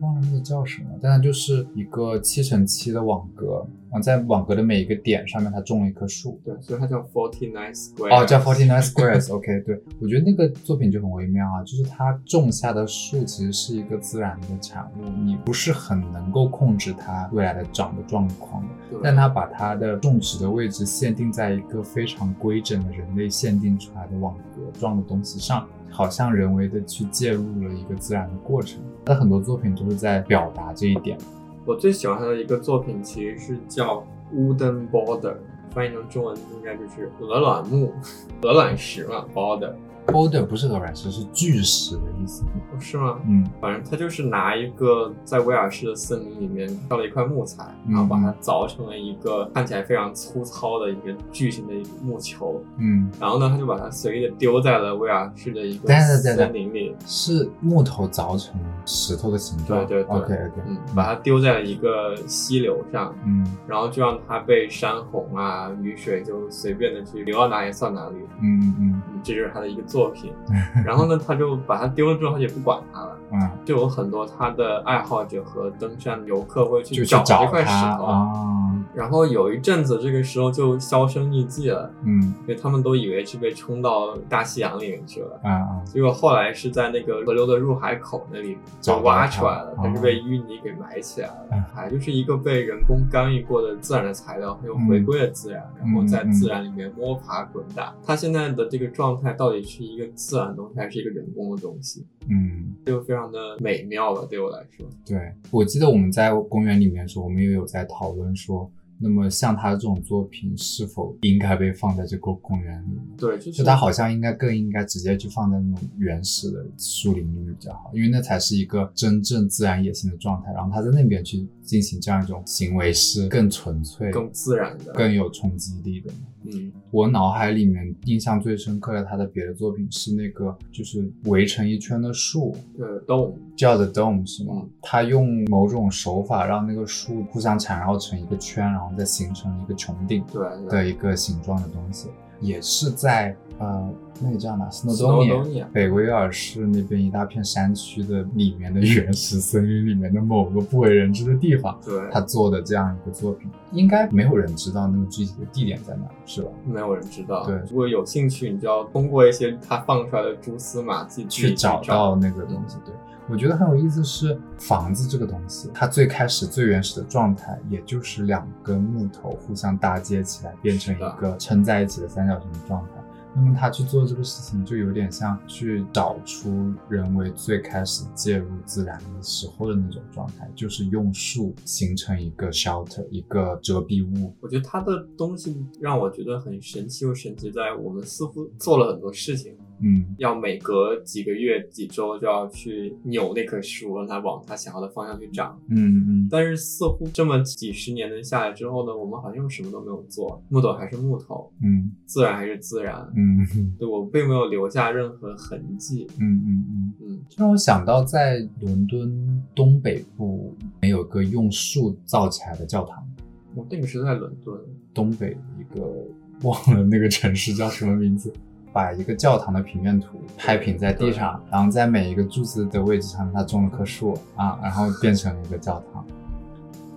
Speaker 1: 忘了那个叫什么，但它就是一个七乘七的网格，啊，在网格的每一个点上面，它种了一棵树。
Speaker 2: 对，所以它叫 Forty Nine Square。
Speaker 1: 哦，叫 Forty Nine Squares。OK，对， 我觉得那个作品就很微妙啊，就是它种下的树其实是一个自然的产物，你不是很能够控制它未来的长的状况，
Speaker 2: 对
Speaker 1: 但它把它的种植的位置限定在一个非常规整的人类限定出来的网格状的东西上，好像人为的去介入了一个自然的过程。它的很多作品都是在表达这一点。
Speaker 2: 我最喜欢他的一个作品其实是叫 Wooden Border，翻译成中文应该就是鹅卵木、鹅卵石嘛，border。
Speaker 1: Boulder 不是鹅卵石，是巨石的意思。
Speaker 2: 哦是吗？
Speaker 1: 嗯
Speaker 2: 反正他就是拿一个在威尔士的森林里面挑了一块木材，
Speaker 1: 嗯
Speaker 2: 然后把它凿成了一个看起来非常粗糙的一个巨型的一个木球，
Speaker 1: 嗯，
Speaker 2: 然后呢，他就把它随意的丢在了威尔士的一个
Speaker 1: 等等等等
Speaker 2: 森林里，
Speaker 1: 是木头凿成石头的形状。
Speaker 2: 对对对
Speaker 1: OK OK，
Speaker 2: 嗯，把它丢在了一个溪流上，
Speaker 1: 嗯
Speaker 2: 然后就让它被山洪啊、雨水就随便的去流到哪里算哪里，
Speaker 1: 嗯嗯
Speaker 2: 嗯，这就是他的一个作品。然后呢，他就把它丢了之后，他也不管它
Speaker 1: 嗯
Speaker 2: 了。
Speaker 1: 嗯，
Speaker 2: 就有很多他的爱好者和登山游客会
Speaker 1: 就
Speaker 2: 去
Speaker 1: 去找
Speaker 2: 这块石
Speaker 1: 它
Speaker 2: 头。
Speaker 1: 啊。
Speaker 2: 然后有一阵子，这个石头就销声匿迹了，
Speaker 1: 嗯
Speaker 2: 因为他们都以为是被冲到大西洋里面去了。
Speaker 1: 啊啊，
Speaker 2: 结果后来是在那个河流的入海口那里就
Speaker 1: 找到
Speaker 2: 挖
Speaker 1: 它
Speaker 2: 出来了，它
Speaker 1: 哦
Speaker 2: 是被淤泥给埋起来了
Speaker 1: 嗯，
Speaker 2: 还就是一个被人工干预过的自然的材料，它又回
Speaker 1: 嗯
Speaker 2: 归了自然，然后在自然里面摸爬滚打。它现在的这个状态到底是一个自然的东西，还是一个人工的东西？
Speaker 1: 嗯。
Speaker 2: 就非常的美妙吧，对我来说。
Speaker 1: 对，我记得我们在公园里面的时候，我们也有在讨论说，那么像他这种作品是否应该被放在这个公园里面？
Speaker 2: 对，就
Speaker 1: 就是它好像应该更应该直接去放在那种原始的树林里面比较好，因为那才是一个真正自然野性的状态。然后他在那边去进行这样一种行为是更纯粹、
Speaker 2: 更自然的，
Speaker 1: 更有冲击力的。
Speaker 2: 嗯，
Speaker 1: 我脑海里面印象最深刻的他的别的作品是那个就是围成一圈的树，
Speaker 2: 呃，动
Speaker 1: 叫 The Dome 是吗
Speaker 2: 嗯？
Speaker 1: 他用某种手法让那个树互相缠绕成一个圈，然后再形成一个穹顶。
Speaker 2: 对
Speaker 1: 的一个形状的东西，也是在呃那个叫哪斯诺多尼
Speaker 2: Snowdonia
Speaker 1: 北威尔士那边一大片山区的里面的原始森林里面的某个不为人知的地方，
Speaker 2: 对，
Speaker 1: 他做的这样一个作品，应该没有人知道那个具体的地点在哪，是吧？
Speaker 2: 没有人知道。
Speaker 1: 对
Speaker 2: 如果有兴趣，你就要通过一些他放出来的蛛丝马迹自己
Speaker 1: 去找到那个东西。对，我觉得很有意思是房子这个东西，它最开始最原始的状态，也就是两根木头互相搭接起来，变成
Speaker 2: 是的
Speaker 1: 一个撑在一起的三角形的状态。那么他去做这个事情，就有点像去找出人为最开始介入自然的时候的那种状态，就是用树形成一个 shelter，一个遮蔽物。
Speaker 2: 我觉得他的东西让我觉得很神奇，又神奇在我们似乎做了很多事情，
Speaker 1: 嗯，
Speaker 2: 要每隔几个月、几周就要去扭那棵树，让它往它想要的方向去长。
Speaker 1: 嗯嗯，
Speaker 2: 但是似乎这么几十年的下来之后呢，我们好像什么都没有做，木头还是木头，
Speaker 1: 嗯
Speaker 2: 自然还是自然。
Speaker 1: 嗯嗯
Speaker 2: 对我并没有留下任何痕迹。
Speaker 1: 嗯嗯嗯。
Speaker 2: 嗯，
Speaker 1: 这让我想到，在伦敦东北部有一个用树造起来的教堂，
Speaker 2: 我那个是在伦敦，
Speaker 1: 东北一个忘了那个城市叫什么名字，把一个教堂的平面图拍平在地上，然后在每一个柱子的位置上，它种了棵树啊，然后变成了一个教堂。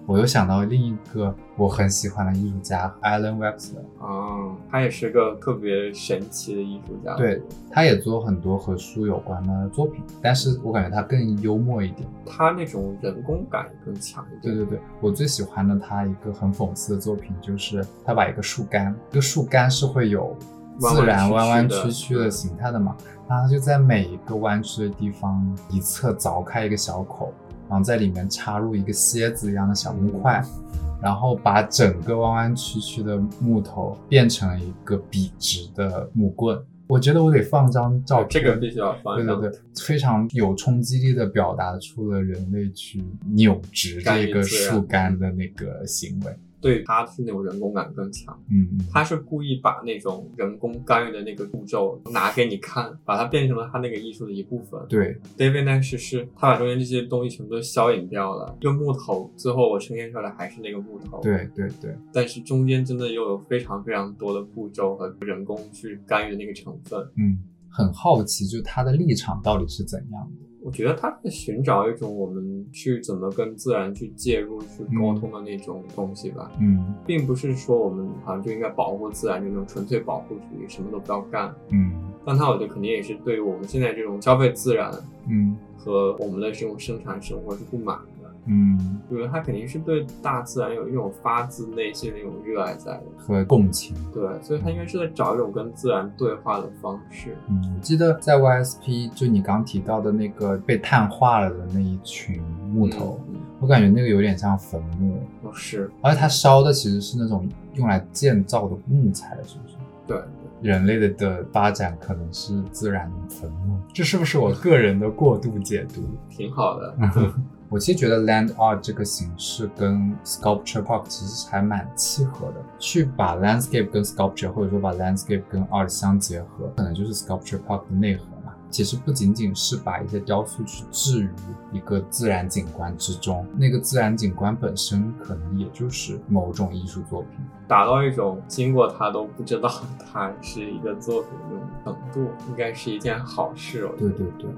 Speaker 1: 我又想到另一个我很喜欢的艺术家 Alan Webster，
Speaker 2: 啊，他也是个特别神奇的艺术家。
Speaker 1: 对，他也做很多和树有关的作品，但是我感觉他更幽默一点。
Speaker 2: 他那种人工感更强一
Speaker 1: 对
Speaker 2: 点。
Speaker 1: 对对，我最喜欢的他一个很讽刺的作品，就是他把一个树干，一个树干是会有自然弯
Speaker 2: 弯
Speaker 1: 弯
Speaker 2: 弯曲曲的
Speaker 1: 曲曲的形态的嘛，然后他就在每一个弯曲的地方一侧凿开一个小口，然后在里面插入一个楔子一样的小木块，
Speaker 2: 嗯
Speaker 1: 然后把整个弯弯曲曲的木头变成了一个笔直的木棍。我觉得我得放张照片，
Speaker 2: 哎这个必须要放
Speaker 1: 对
Speaker 2: 上。
Speaker 1: 对对，非常有冲击力的表达出了人类去扭直这个树干的那个行为。
Speaker 2: 对，他是那种人工感更强。
Speaker 1: 嗯嗯，
Speaker 2: 他是故意把那种人工干预的那个步骤拿给你看，把它变成了他那个艺术的一部分。
Speaker 1: 对，
Speaker 2: David Nash 是他把中间这些东西全部都消隐掉了，用木头，最后我呈现出来还是那个木头。
Speaker 1: 对对对，
Speaker 2: 但是中间真的又有非常非常多的步骤和人工去干预的那个成分。
Speaker 1: 嗯，很好奇，就他的立场到底是怎样的？
Speaker 2: 我觉得他在寻找一种我们去怎么跟自然去介入、去沟通的那种东西吧，
Speaker 1: 嗯
Speaker 2: 并不是说我们好像就应该保护自然，就那种纯粹保护主义，什么都不要干。
Speaker 1: 嗯
Speaker 2: 但他我觉得肯定也是对于我们现在这种消费自然
Speaker 1: 嗯
Speaker 2: 和我们的这种生产生活是不满的。
Speaker 1: 嗯，
Speaker 2: 我觉得他肯定是对大自然有一种发自内心的那种热爱在的，
Speaker 1: 和共情。
Speaker 2: 对，所以他应该是在找一种跟自然对话的方式。
Speaker 1: 嗯，我记得在 YSP，就你刚提到的那个被碳化了的那一群木头，
Speaker 2: 嗯，
Speaker 1: 我感觉那个有点像坟墓，
Speaker 2: 嗯是，
Speaker 1: 而且它烧的其实是那种用来建造的木材，是不是？
Speaker 2: 对，
Speaker 1: 人类的的发展可能是自然的坟墓，这是不是我个人的过度解读？
Speaker 2: 挺好
Speaker 1: 嗯
Speaker 2: 的。
Speaker 1: 我其实觉得 land art 这个形式跟 sculpture park 其实还蛮契合的，去把 landscape 跟 sculpture 或者说把 landscape 跟 art 相结合，可能就是 sculpture park 的内核嘛。其实不仅仅是把一些雕塑去置于一个自然景观之中，那个自然景观本身可能也就是某种艺术作品。
Speaker 2: 达到一种经过它都不知道它是一个作品的那种程度，应该是一件好事。哦我觉
Speaker 1: 对
Speaker 2: 得
Speaker 1: 对对，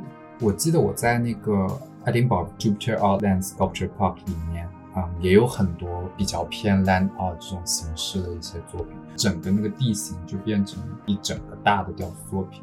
Speaker 1: 我记得我在那个爱丁堡 Jupiter Outland Sculpture Park 里面，嗯，也有很多比较偏 land art 这种形式的一些作品，整个那个地形就变成一整个大的雕塑作品。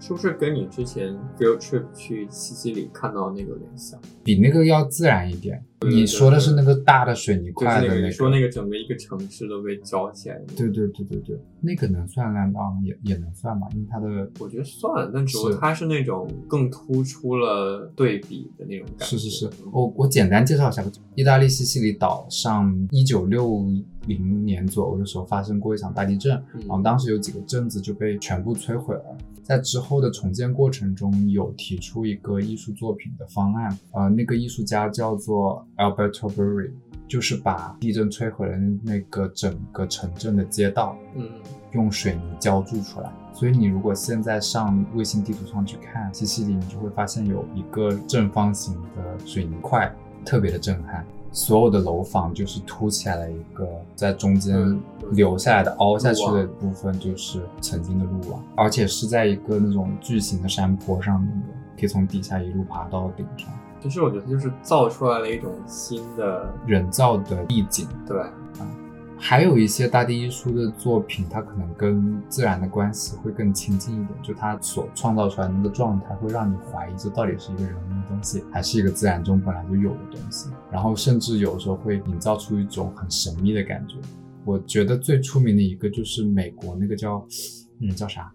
Speaker 2: 是不是跟你之前 field trip 去西西里看到那个有点像？
Speaker 1: 比那个要自然一点。
Speaker 2: 对
Speaker 1: 你说的是
Speaker 2: 对
Speaker 1: 那个大的水泥
Speaker 2: 就是
Speaker 1: 块
Speaker 2: 那
Speaker 1: 的
Speaker 2: 个
Speaker 1: 那
Speaker 2: 你说
Speaker 1: 个，
Speaker 2: 那个整个一个城市都被浇起来的那个，
Speaker 1: 对对对对对，那个能算蓝道吗？也也能算吧，因为它的
Speaker 2: 我觉得算了，但只不过
Speaker 1: 是
Speaker 2: 它是那种更突出了对比的那种感觉。
Speaker 1: 是是是，
Speaker 2: 哦，
Speaker 1: 我我简单介绍一下，意大利西西里岛上一九六零年左右的时候发生过一场大地震，
Speaker 2: 嗯
Speaker 1: 然后当时有几个镇子就被全部摧毁了。在之后的重建过程中，有提出一个艺术作品的方案，呃，那个艺术家叫做 Alberto Buri，就是把地震摧毁了那个整个城镇的街道，
Speaker 2: 嗯，
Speaker 1: 用水泥浇筑出来。所以你如果现在上卫星地图上去看西西里，你就会发现有一个正方形的水泥块，特别的震撼。所有的楼房就是凸起来了一个，在中间
Speaker 2: 嗯
Speaker 1: 留下来的凹下去
Speaker 2: 路
Speaker 1: 的
Speaker 2: 网
Speaker 1: 部分就是曾经的路网，而且是在一个那种巨型的山坡上面的，可以从底下一路爬到顶上，
Speaker 2: 其实我觉得就是造出来了一种新的，
Speaker 1: 人造的意境。
Speaker 2: 对，
Speaker 1: 还有一些大地艺术的作品，它可能跟自然的关系会更亲近一点，就它所创造出来的那个状态，会让你怀疑这到底是一个人为的东西，还是一个自然中本来就有的东西。然后甚至有时候会营造出一种很神秘的感觉。我觉得最出名的一个就是美国那个叫，嗯，叫啥？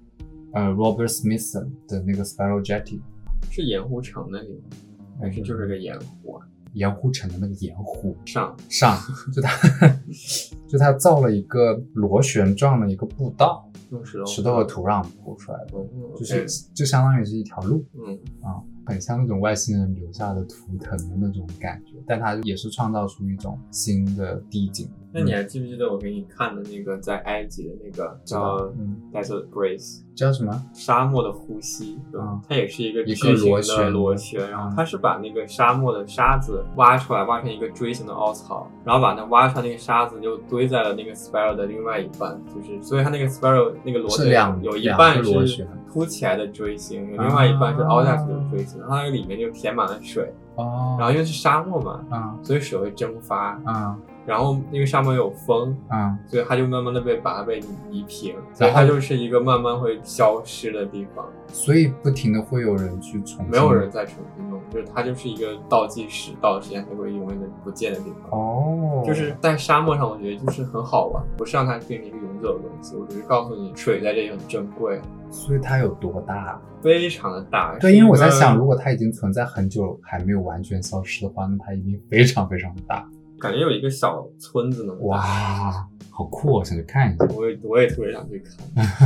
Speaker 1: 呃，Robert Smithson 的那个 Spiral Jetty，呃
Speaker 2: 是盐湖城那里吗？还是就是个盐湖啊
Speaker 1: 盐湖城的那个盐湖，
Speaker 2: 上？
Speaker 1: 上，就他 就他造了一个螺旋状的一个步道，
Speaker 2: 用石头
Speaker 1: 石头和土壤铺出来的，
Speaker 2: 嗯
Speaker 1: 就是就相当于是一条路
Speaker 2: 嗯
Speaker 1: 啊、很像那种外星人留下的图腾的那种感觉，但它也是创造出一种新的地景。
Speaker 2: 那你还记不记得我给你看的那个在埃及的那个
Speaker 1: 知道
Speaker 2: 叫
Speaker 1: 嗯
Speaker 2: Desert Breeze
Speaker 1: 叫什么？
Speaker 2: 沙漠的呼吸？对吧
Speaker 1: 嗯
Speaker 2: 它也是一个
Speaker 1: 一个
Speaker 2: 巨型
Speaker 1: 螺
Speaker 2: 的
Speaker 1: 旋
Speaker 2: 螺旋，然后
Speaker 1: 嗯
Speaker 2: 它是把那个沙漠的沙子挖出来，挖成一个锥形的凹槽，然后把那挖出来那个沙子就堆在了那个 spiral 的另外一半，就是所以它那个 spiral 那个螺
Speaker 1: 是
Speaker 2: 旋
Speaker 1: 两
Speaker 2: 有一半
Speaker 1: 两个螺
Speaker 2: 是
Speaker 1: 旋
Speaker 2: 凸起来的锥形，有
Speaker 1: 啊
Speaker 2: 另外一半是凹下去的锥形，然后它那个里面就填满了水，
Speaker 1: 哦，
Speaker 2: 然后因为是沙漠嘛，
Speaker 1: 啊
Speaker 2: 所以水会蒸发，
Speaker 1: 啊
Speaker 2: 然后因为沙漠有风，
Speaker 1: 啊，
Speaker 2: 所以它就慢慢的被把它被夷平，所以它就是一个慢慢会消失的地方，
Speaker 1: 所以不停的会有人去重新
Speaker 2: 没有人再重新
Speaker 1: 嗯
Speaker 2: 弄，就是它就是一个倒计时，到时间它会永远的不见的地方。
Speaker 1: 哦，
Speaker 2: 就是在沙漠上，我觉得就是很好玩，不是让它变成一个永久的东西，我只是告诉你水在这里很珍贵，
Speaker 1: 所以它有多大？
Speaker 2: 非常的大。
Speaker 1: 对，
Speaker 2: 是一
Speaker 1: 因为
Speaker 2: 个
Speaker 1: 我在想，如果它已经存在很久还没有完全消失的话，那它一定非常非常大。
Speaker 2: 感觉有一个小村子那么大，
Speaker 1: 哇，好酷、哦！想去看一下。
Speaker 2: 我也我也特别想去看。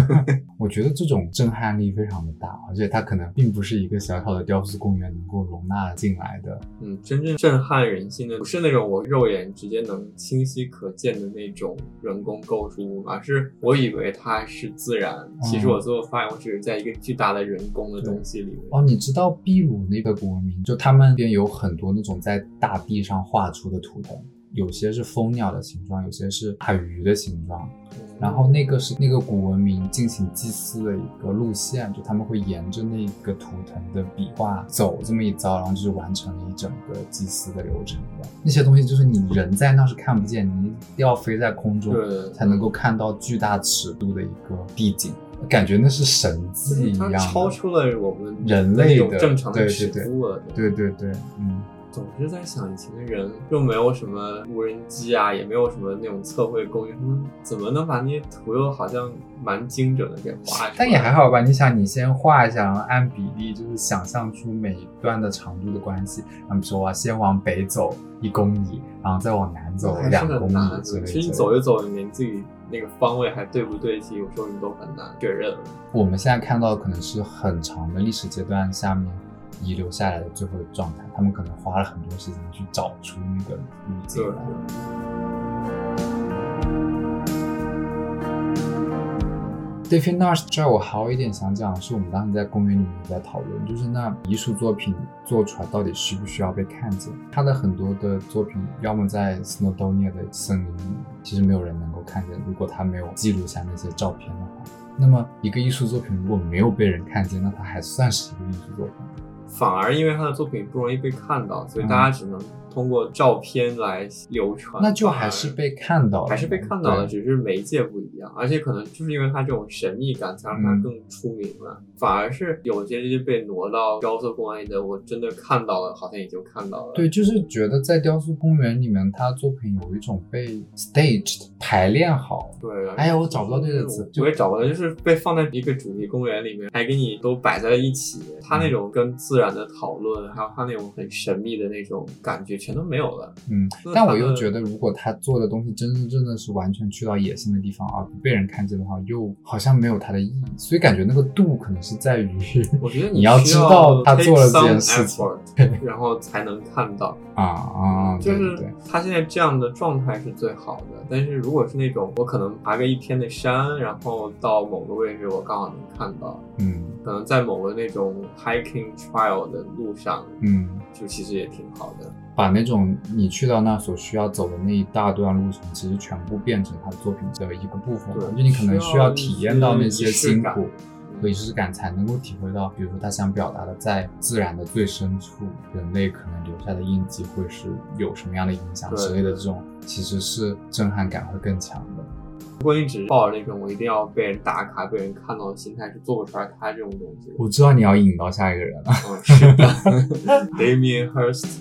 Speaker 1: 我觉得这种震撼力非常的大，而且它可能并不是一个小小的雕塑公园能够容纳进来的。
Speaker 2: 嗯，真正震撼人心的不是那种我肉眼直接能清晰可见的那种人工构筑物，而是我以为它是自然，其实我最后发现我只是在一个巨大的人工的东西里面。嗯
Speaker 1: 哦，你知道秘鲁那个古文明，就他们那边有很多那种在大地上画出的图腾，有些是蜂鸟的形状，有些是海鱼的形状。
Speaker 2: 嗯
Speaker 1: 然后那个是那个古文明进行祭祀的一个路线，就他们会沿着那个图腾的笔画走这么一遭，然后就是完成了一整个祭祀的流程的。那些东西就是你人在那是看不见，你要飞在空中
Speaker 2: 对嗯
Speaker 1: 才能够看到巨大尺度的一个地景，感觉那是神迹一样的。
Speaker 2: 它超出了我们
Speaker 1: 人类
Speaker 2: 那种
Speaker 1: 的
Speaker 2: 正常的
Speaker 1: 对
Speaker 2: 尺
Speaker 1: 对
Speaker 2: 度了。
Speaker 1: 对对对，嗯，
Speaker 2: 总是在想，以前的人又没有什么无人机啊，也没有什么那种测绘工具，他们怎么能把那些图又好像蛮精准的给画出来？
Speaker 1: 但也还好吧。你想，你先画一下，然后按比例就是想象出每一段的长度的关系。然后比如说，我要先往北走一公里，然后再往南走
Speaker 2: 哎还是
Speaker 1: 两
Speaker 2: 很
Speaker 1: 公
Speaker 2: 难
Speaker 1: 里
Speaker 2: 的。
Speaker 1: 之类的。
Speaker 2: 其实你走一走，你连自己那个方位还对不对齐，有时候你都很难确认。
Speaker 1: 我们现在看到的可能是很长的历史阶段下面遗留下来的最后的状态，他们可能花了很多时间去找出那个路
Speaker 2: 对
Speaker 1: 径来。，David Nash 这儿我还有一点想讲的是，我们当时在公园里面有在讨论，就是那艺术作品做出来到底需不需要被看见？他的很多的作品，要么在斯诺多涅的森林里，其实没有人能够看见，如果他没有记录下那些照片的话。那么，一个艺术作品如果没有被人看见，那它还算是一个艺术作品吗？
Speaker 2: 反而因为他的作品不容易被看到，所以大家只能通过照片来流
Speaker 1: 嗯
Speaker 2: 传，
Speaker 1: 那就还是被看到了，
Speaker 2: 还是被看到了，
Speaker 1: 对
Speaker 2: 只是媒介不一样，而且可能就是因为它这种神秘感，才让它
Speaker 1: 嗯
Speaker 2: 更出名了。反而是有些这些被挪到雕塑公园里的，我真的看到了，好像也就看到了。
Speaker 1: 对，就是觉得在雕塑公园里面，他作品有一种被 staged 排练好。
Speaker 2: 对，
Speaker 1: 哎呀，我找不到对的词，就
Speaker 2: 我也找不到，就是被放在一个主题公园里面，还给你都摆在了一起，它那
Speaker 1: 嗯
Speaker 2: 种跟自然的讨论，还有它那种很神秘的那种感觉，全都没有了。
Speaker 1: 嗯
Speaker 2: 那，
Speaker 1: 但
Speaker 2: 他
Speaker 1: 我又
Speaker 2: 们
Speaker 1: 觉得，如果他做的东西真真正正是完全去到野性的地方而不被人看见的话，又好像没有它的意义，所以感觉那个度可能是在于
Speaker 2: 我觉得
Speaker 1: 你要
Speaker 2: 需
Speaker 1: 知道他
Speaker 2: take
Speaker 1: 做了这件事
Speaker 2: some
Speaker 1: 情
Speaker 2: effort，然后才能看到。
Speaker 1: 啊啊，
Speaker 2: 就
Speaker 1: 对对
Speaker 2: 是
Speaker 1: 对，
Speaker 2: 他现在这样的状态是最好的。但是如果是那种我可能爬个一天的山，然后到某个位置我刚好能看到，
Speaker 1: 嗯
Speaker 2: 可能在某个那种 hiking trail 的路上，
Speaker 1: 嗯，
Speaker 2: 就其实也挺好的。
Speaker 1: 把那种你去到那所需要走的那一大段路程，其实全部变成他作品的一个部分了，
Speaker 2: 对
Speaker 1: 就你可能需
Speaker 2: 需
Speaker 1: 要
Speaker 2: 要
Speaker 1: 体验到那些
Speaker 2: 一些
Speaker 1: 辛
Speaker 2: 仪式感
Speaker 1: 苦。
Speaker 2: 嗯
Speaker 1: 和仪式感才能够体会到，比如说他想表达的，在自然的最深处，人类可能留下的印记会是有什么样的影响
Speaker 2: 对
Speaker 1: 之类的，这种其实是震撼感会更强的。
Speaker 2: 如果你只是抱着那种我一定要被人打卡、被人看到的心态，是做不出来他这种东西的。
Speaker 1: 我知道你要引到下一个人了，
Speaker 2: 嗯，是的 ，Damien Hirst。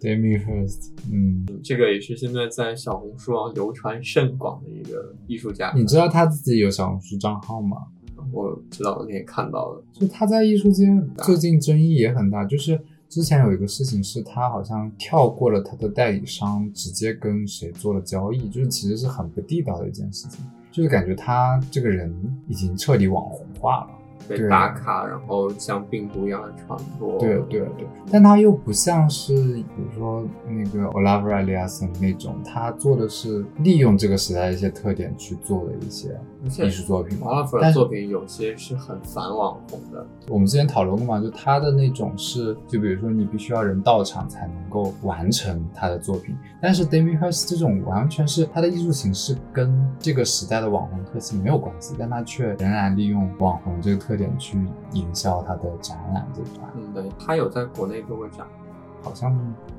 Speaker 1: 对 me first，嗯，
Speaker 2: 这个也是现在在小红书上流传甚广的一个艺术家。
Speaker 1: 你知道他自己有小红书账号吗？
Speaker 2: 我知道，我那天看到了。
Speaker 1: 就他在艺术界最近争议也很大，就是之前有一个事情是他好像跳过了他的代理商，直接跟谁做了交易，就是其实是很不地道的一件事情，就是感觉他这个人已经彻底网红化了。
Speaker 2: 被
Speaker 1: 对
Speaker 2: 打卡，然后像病毒一样的传播。
Speaker 1: 对对对，但他又不像是比如说那个 Olav e l i a s o n 那种，他做的是利用这个时代的一些特点去做的一些
Speaker 2: 而且
Speaker 1: 艺术作品嘛。
Speaker 2: 华拉夫
Speaker 1: 但
Speaker 2: 的
Speaker 1: 是
Speaker 2: 作品有些是很反网红的，
Speaker 1: 我们之前讨论过嘛，就他的那种是，就比如说你必须要人到场才能够完成他的作品，但是 d a m i Hirst 这种完全是他的艺术形式跟这个时代的网红特性没有关系，但他却仍然利用网红这个特点去营销他的展览这块，
Speaker 2: 嗯，对，他有在国内做过展，
Speaker 1: 好像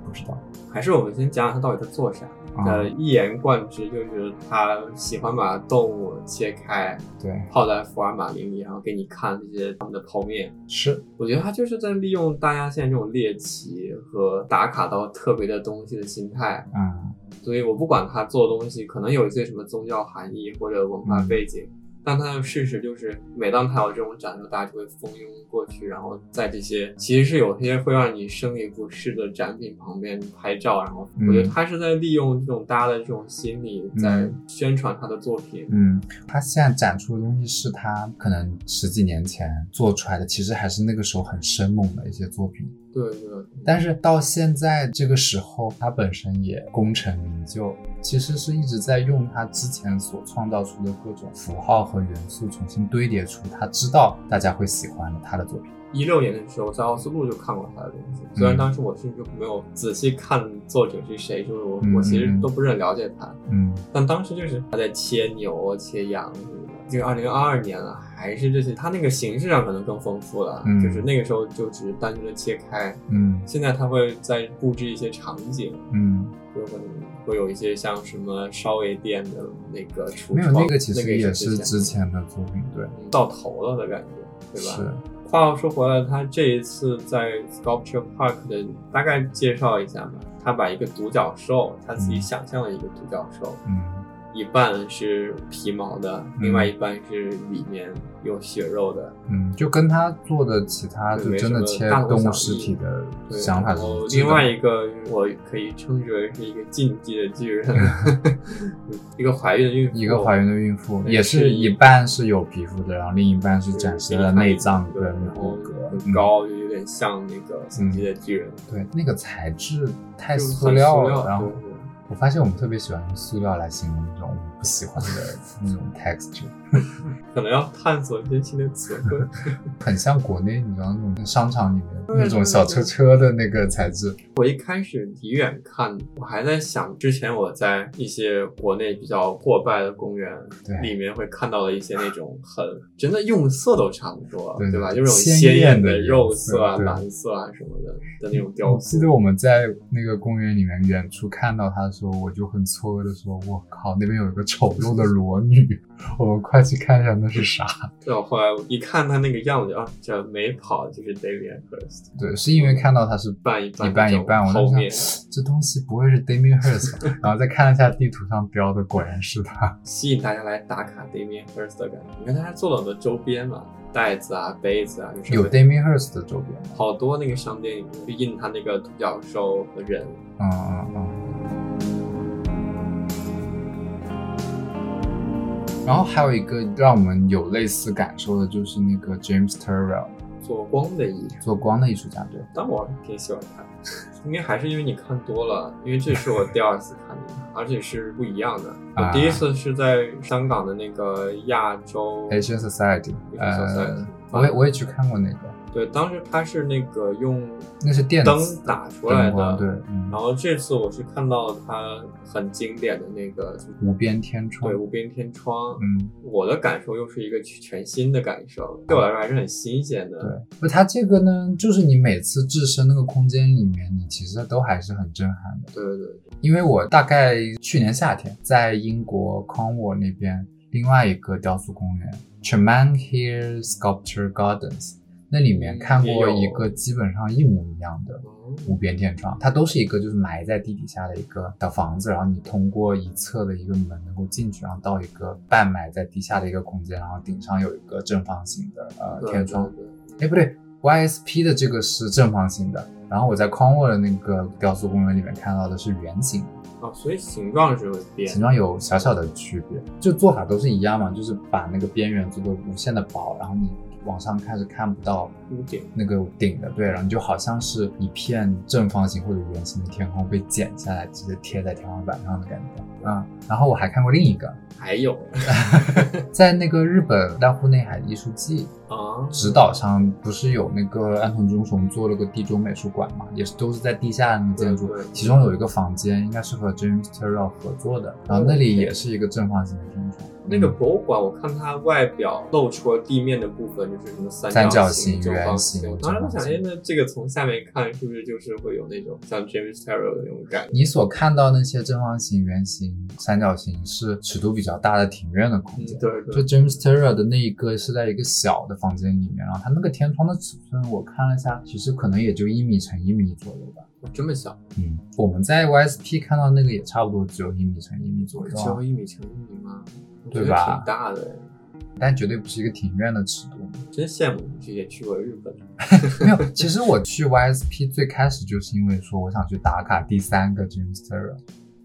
Speaker 1: 不知道。
Speaker 2: 还是我们先讲讲他到底在做啥。
Speaker 1: 啊、
Speaker 2: 呃，一言贯之就是他喜欢把动物切开，
Speaker 1: 对，
Speaker 2: 泡在福尔马林里，然后给你看这些他们的剖面。
Speaker 1: 是，
Speaker 2: 我觉得他就是在利用大家现在这种猎奇和打卡到特别的东西的心态，
Speaker 1: 嗯，
Speaker 2: 所以我不管他做的东西可能有一些什么宗教含义或者文
Speaker 1: 嗯
Speaker 2: 化背景，但他的事实就是，每当他有这种展的时候，大家就会蜂拥过去，然后在这些其实是有些会让你生理不适的展品旁边拍照，然后
Speaker 1: 嗯
Speaker 2: 我觉得他是在利用这种大家的这种心理
Speaker 1: 嗯
Speaker 2: 在宣传他的作品。
Speaker 1: 嗯，他现在展出的东西是他可能十几年前做出来的，其实还是那个时候很生猛的一些作品。
Speaker 2: 对对对，
Speaker 1: 但是到现在这个时候，他本身也功成名就，其实是一直在用他之前所创造出的各种符号和元素重新堆叠出他知道大家会喜欢的他的作品。
Speaker 2: 一六年的时候在奥斯陆就看过他的东西，
Speaker 1: 嗯
Speaker 2: 虽然当时我甚至没有仔细看作者是谁，就是我我其实
Speaker 1: 嗯嗯嗯
Speaker 2: 都不是很了解他，
Speaker 1: 嗯，
Speaker 2: 但当时就是他在切牛、切羊什么的。这个二零二二年了，还是这些，他那个形式上可能更丰富了，
Speaker 1: 嗯
Speaker 2: 就是那个时候就只是单纯的切开，
Speaker 1: 嗯
Speaker 2: 现在他会再布置一些场景，
Speaker 1: 嗯，
Speaker 2: 有可能会有一些像什么烧味店的那个橱窗，
Speaker 1: 没有那个其实也
Speaker 2: 是
Speaker 1: 是之前的作品，对，
Speaker 2: 嗯到头了的感觉，对吧？
Speaker 1: 是，
Speaker 2: 话又说回来，他这一次在 Sculpture Park 的大概介绍一下吧，他把一个独角兽，他自己
Speaker 1: 嗯
Speaker 2: 想象了一个独角兽，
Speaker 1: 嗯
Speaker 2: 一半是皮毛的，另外一半是里面有血肉的，
Speaker 1: 嗯，就跟他做的其他
Speaker 2: 对
Speaker 1: 就
Speaker 2: 没
Speaker 1: 真
Speaker 2: 什
Speaker 1: 的
Speaker 2: 么
Speaker 1: 切
Speaker 2: 大同
Speaker 1: 动
Speaker 2: 小
Speaker 1: 物尸
Speaker 2: 异
Speaker 1: 体的
Speaker 2: 对。
Speaker 1: 想法
Speaker 2: 然
Speaker 1: 是
Speaker 2: 后
Speaker 1: 一致的
Speaker 2: 另外一个，我可以称之为是一个禁忌的 巨人，一个怀孕的孕妇，
Speaker 1: 一个怀孕的孕妇，
Speaker 2: 那
Speaker 1: 也
Speaker 2: 个
Speaker 1: 是
Speaker 2: 是
Speaker 1: 一半是有皮肤的，然后另一半是
Speaker 2: 就是
Speaker 1: 展示
Speaker 2: 给你
Speaker 1: 了
Speaker 2: 看
Speaker 1: 内
Speaker 2: 一
Speaker 1: 脏
Speaker 2: 个
Speaker 1: 跟
Speaker 2: 然后
Speaker 1: 骨骼，
Speaker 2: 很
Speaker 1: 嗯
Speaker 2: 高，就有点像那个禁忌的巨人，
Speaker 1: 对，那个材质太
Speaker 2: 就是
Speaker 1: 塑
Speaker 2: 很
Speaker 1: 料
Speaker 2: 塑
Speaker 1: 了，
Speaker 2: 料
Speaker 1: 然后
Speaker 2: 对对
Speaker 1: 我发现我们特别喜欢用塑料来形容那种我们不喜欢的那 种 texture，
Speaker 2: 可能要探索一些新的词汇。
Speaker 1: 很像国内你知道那种商场里面
Speaker 2: 对
Speaker 1: 那种小车车的那个材质。
Speaker 2: 我一开始离远看，我还在想，之前我在一些国内比较破败的公园
Speaker 1: 对
Speaker 2: 里面会看到的一些那种很真的用色都差不多，
Speaker 1: 对
Speaker 2: 对吧？就是那种
Speaker 1: 鲜
Speaker 2: 鲜
Speaker 1: 艳
Speaker 2: 艳
Speaker 1: 的
Speaker 2: 的
Speaker 1: 颜
Speaker 2: 肉
Speaker 1: 色
Speaker 2: 色啊、
Speaker 1: 对
Speaker 2: 蓝色啊什么的的那种雕
Speaker 1: 我记
Speaker 2: 塑。
Speaker 1: 得我们在那个公园里面远处看到它的时候，我就很错愕的说：“我靠，那边有一个丑陋的裸女， 我们快去看一下那是啥。”
Speaker 2: 对，啊我后来一看他那个样子，就啊，这没跑，就是 Damien Hirst，
Speaker 1: 对，是因为看到它是
Speaker 2: 半一半
Speaker 1: 一半
Speaker 2: 这
Speaker 1: 一
Speaker 2: 种
Speaker 1: 半，我
Speaker 2: 剖
Speaker 1: 在
Speaker 2: 面
Speaker 1: 想这东西不会是 Damien Hirst 吧？然后再看了一下地图上标的，果然是他。
Speaker 2: 吸引大家来打卡 Damien Hirst 的感觉。你看他做了很多周边嘛，袋子啊、杯子啊，就是
Speaker 1: 有 Damien Hirst 的周边吗，
Speaker 2: 好多那个商店里面就印他那个独角兽和人。
Speaker 1: 嗯嗯嗯。嗯然后还有一个让我们有类似感受的，就是那个 James Turrell
Speaker 2: 做光的艺术，
Speaker 1: 做光的艺术家，对，
Speaker 2: 但我挺喜欢看的， 应该还是因为你看多了，因为这是我第二次看的，而且是不一样的。
Speaker 1: 啊
Speaker 2: 我第一次是在香港的那个亚洲
Speaker 1: Asian Society，
Speaker 2: Asian
Speaker 1: 呃
Speaker 2: Society，，
Speaker 1: 我也我也去看过那个，
Speaker 2: 对，当时他是那个用
Speaker 1: 那是电
Speaker 2: 灯
Speaker 1: 子
Speaker 2: 打出来
Speaker 1: 灯光，
Speaker 2: 的，
Speaker 1: 对，嗯
Speaker 2: 然，后这次我是看到了他很经典的那个
Speaker 1: 无边天窗
Speaker 2: 对，无边天窗，
Speaker 1: 嗯，
Speaker 2: 我的感受又是一个全新的感受，对我来说还是很新鲜的。
Speaker 1: 对，不，它这个呢，就是你每次置身那个空间里面，你其实都还是很震撼的。
Speaker 2: 对对对，
Speaker 1: 因为我大概去年夏天在英国 Cornwall 那边另外一个雕塑公园 Tremanhere Sculpture Gardens，那里面
Speaker 2: 嗯
Speaker 1: 看
Speaker 2: 也
Speaker 1: 过
Speaker 2: 有
Speaker 1: 一个基本上一模一样的
Speaker 2: 嗯
Speaker 1: 无边天窗，它都是一个就是埋在地底下的一个小房子，然后你通过一侧的一个门能够进去，然后到一个半埋在地下的一个空间，然后顶上有一个正方形的呃
Speaker 2: 对
Speaker 1: 天窗。
Speaker 2: 对对
Speaker 1: 哎，不对，YSP 的这个是正方形的，然后我在 Conwell 的那个雕塑公园里面看到的是圆形，
Speaker 2: 哦，所以形状是会变
Speaker 1: 形。状有小小的区别，就做法都是一样嘛，就是把那个边缘做的无限的薄，然后你往上看是看不到
Speaker 2: 屋顶，
Speaker 1: 那个顶的，对，然后你就好像是一片正方形或者圆形的天空被剪下来，直接贴在天花板上的感觉。啊、然后我还看过另一个，
Speaker 2: 还有
Speaker 1: 在那个日本濑户内海艺术季，
Speaker 2: 啊，
Speaker 1: 直岛上不是有那个安藤忠雄做了个地中美术馆嘛，也是都是在地下那个建筑
Speaker 2: 对对，
Speaker 1: 其中有一个房间应该是和 James Turrell 合作的，然后那里也是一个正方形的天窗，
Speaker 2: 那个
Speaker 1: 嗯
Speaker 2: 博物馆，我看它外表露出了地面的部分，就是什么三
Speaker 1: 三角
Speaker 2: 形、
Speaker 1: 形
Speaker 2: 正
Speaker 1: 圆
Speaker 2: 方
Speaker 1: 形
Speaker 2: 我当时
Speaker 1: 正
Speaker 2: 在
Speaker 1: 方
Speaker 2: 想，
Speaker 1: 形
Speaker 2: 哎，那这个从下面看是不是就是会有那种像 James Terrell 的那种感觉？
Speaker 1: 你所看到那些正方形、圆形、三角形是尺度比较大的庭院的空
Speaker 2: 嗯
Speaker 1: 间，，
Speaker 2: 对
Speaker 1: 就
Speaker 2: 对，
Speaker 1: James Terra 的那一个是在一个小的房间里面，然后它那个天窗的尺寸我看了一下，其实可能也就一米乘一米左右吧。
Speaker 2: 哦这么小，
Speaker 1: 嗯，我们在 YSP 看到那个也差不多只有一米乘一米左右、
Speaker 2: 只有
Speaker 1: 啊，
Speaker 2: 一米乘一米吗？我觉
Speaker 1: 对
Speaker 2: 得
Speaker 1: 吧
Speaker 2: 挺大的，哎
Speaker 1: 但绝对不是一个庭院的尺度。
Speaker 2: 真羡慕你也去过日本。
Speaker 1: 没有，其实我去 YSP 最开始就是因为说我想去打卡第三个 James Terra，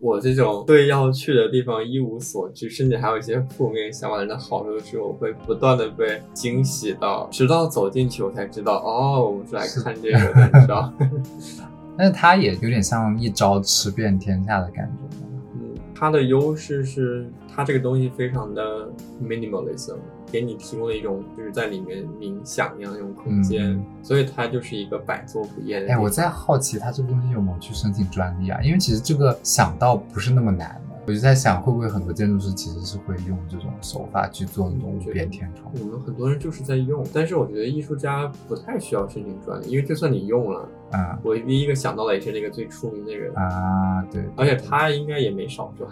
Speaker 2: 我这种对要去的地方一无所知，甚至还有一些负面想法的人的好处是，我会不断的被惊喜到，直到走进去我才知道，哦，我是来看这个的，你知道？
Speaker 1: 但是它也有点像一招吃遍天下的感觉。
Speaker 2: 嗯，它的优势是它这个东西非常的 minimalism，给你提供了一种就是在里面冥想一样的那种空间，
Speaker 1: 嗯
Speaker 2: 所以它就是一个百做不厌的地
Speaker 1: 哎，
Speaker 2: 方。
Speaker 1: 我在好奇它这个东西有没有去申请专利啊？因为其实这个想到不是那么难的，我就在想会不会很多建筑师其实是会用这种手法去做那种无边天窗。
Speaker 2: 我们很多人就是在用，但是我觉得艺术家不太需要申请专利，因为就算你用了，
Speaker 1: 啊
Speaker 2: 我第一个想到的也是那个最出名的人，
Speaker 1: 啊，对，
Speaker 2: 而且他应该也没少赚。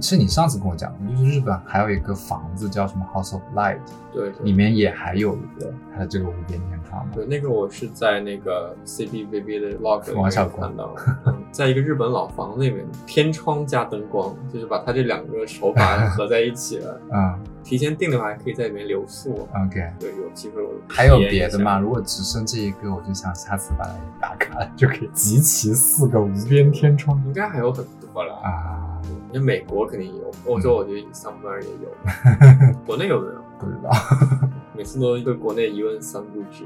Speaker 1: 是你上次跟我讲的，就是日本还有一个房子叫什么 House of Light，
Speaker 2: 对，
Speaker 1: 里面也还有一个它的这个无边天窗嘛。
Speaker 2: 对那个我是在那个 CBVB 的 log 里
Speaker 1: 王
Speaker 2: 面
Speaker 1: 小光
Speaker 2: 看到的，嗯在一个日本老房子里面，天窗加灯光，就是把它这两个 手法合在一起了。
Speaker 1: 嗯
Speaker 2: 提前订的话，还可以在里面留宿。啊
Speaker 1: ，OK，
Speaker 2: 对，有机会我
Speaker 1: 还有
Speaker 2: 体验一
Speaker 1: 别的吗？
Speaker 2: 下
Speaker 1: 如果只剩这一个，我就想下次把它打卡，就可以集齐四个无边天窗
Speaker 2: 应该还有很多啦。
Speaker 1: 啊，嗯
Speaker 2: 那美国肯定有，欧洲我觉得 somewhere 也有， 国内有没有？
Speaker 1: 不知道。
Speaker 2: 每次都对国内一问三不知。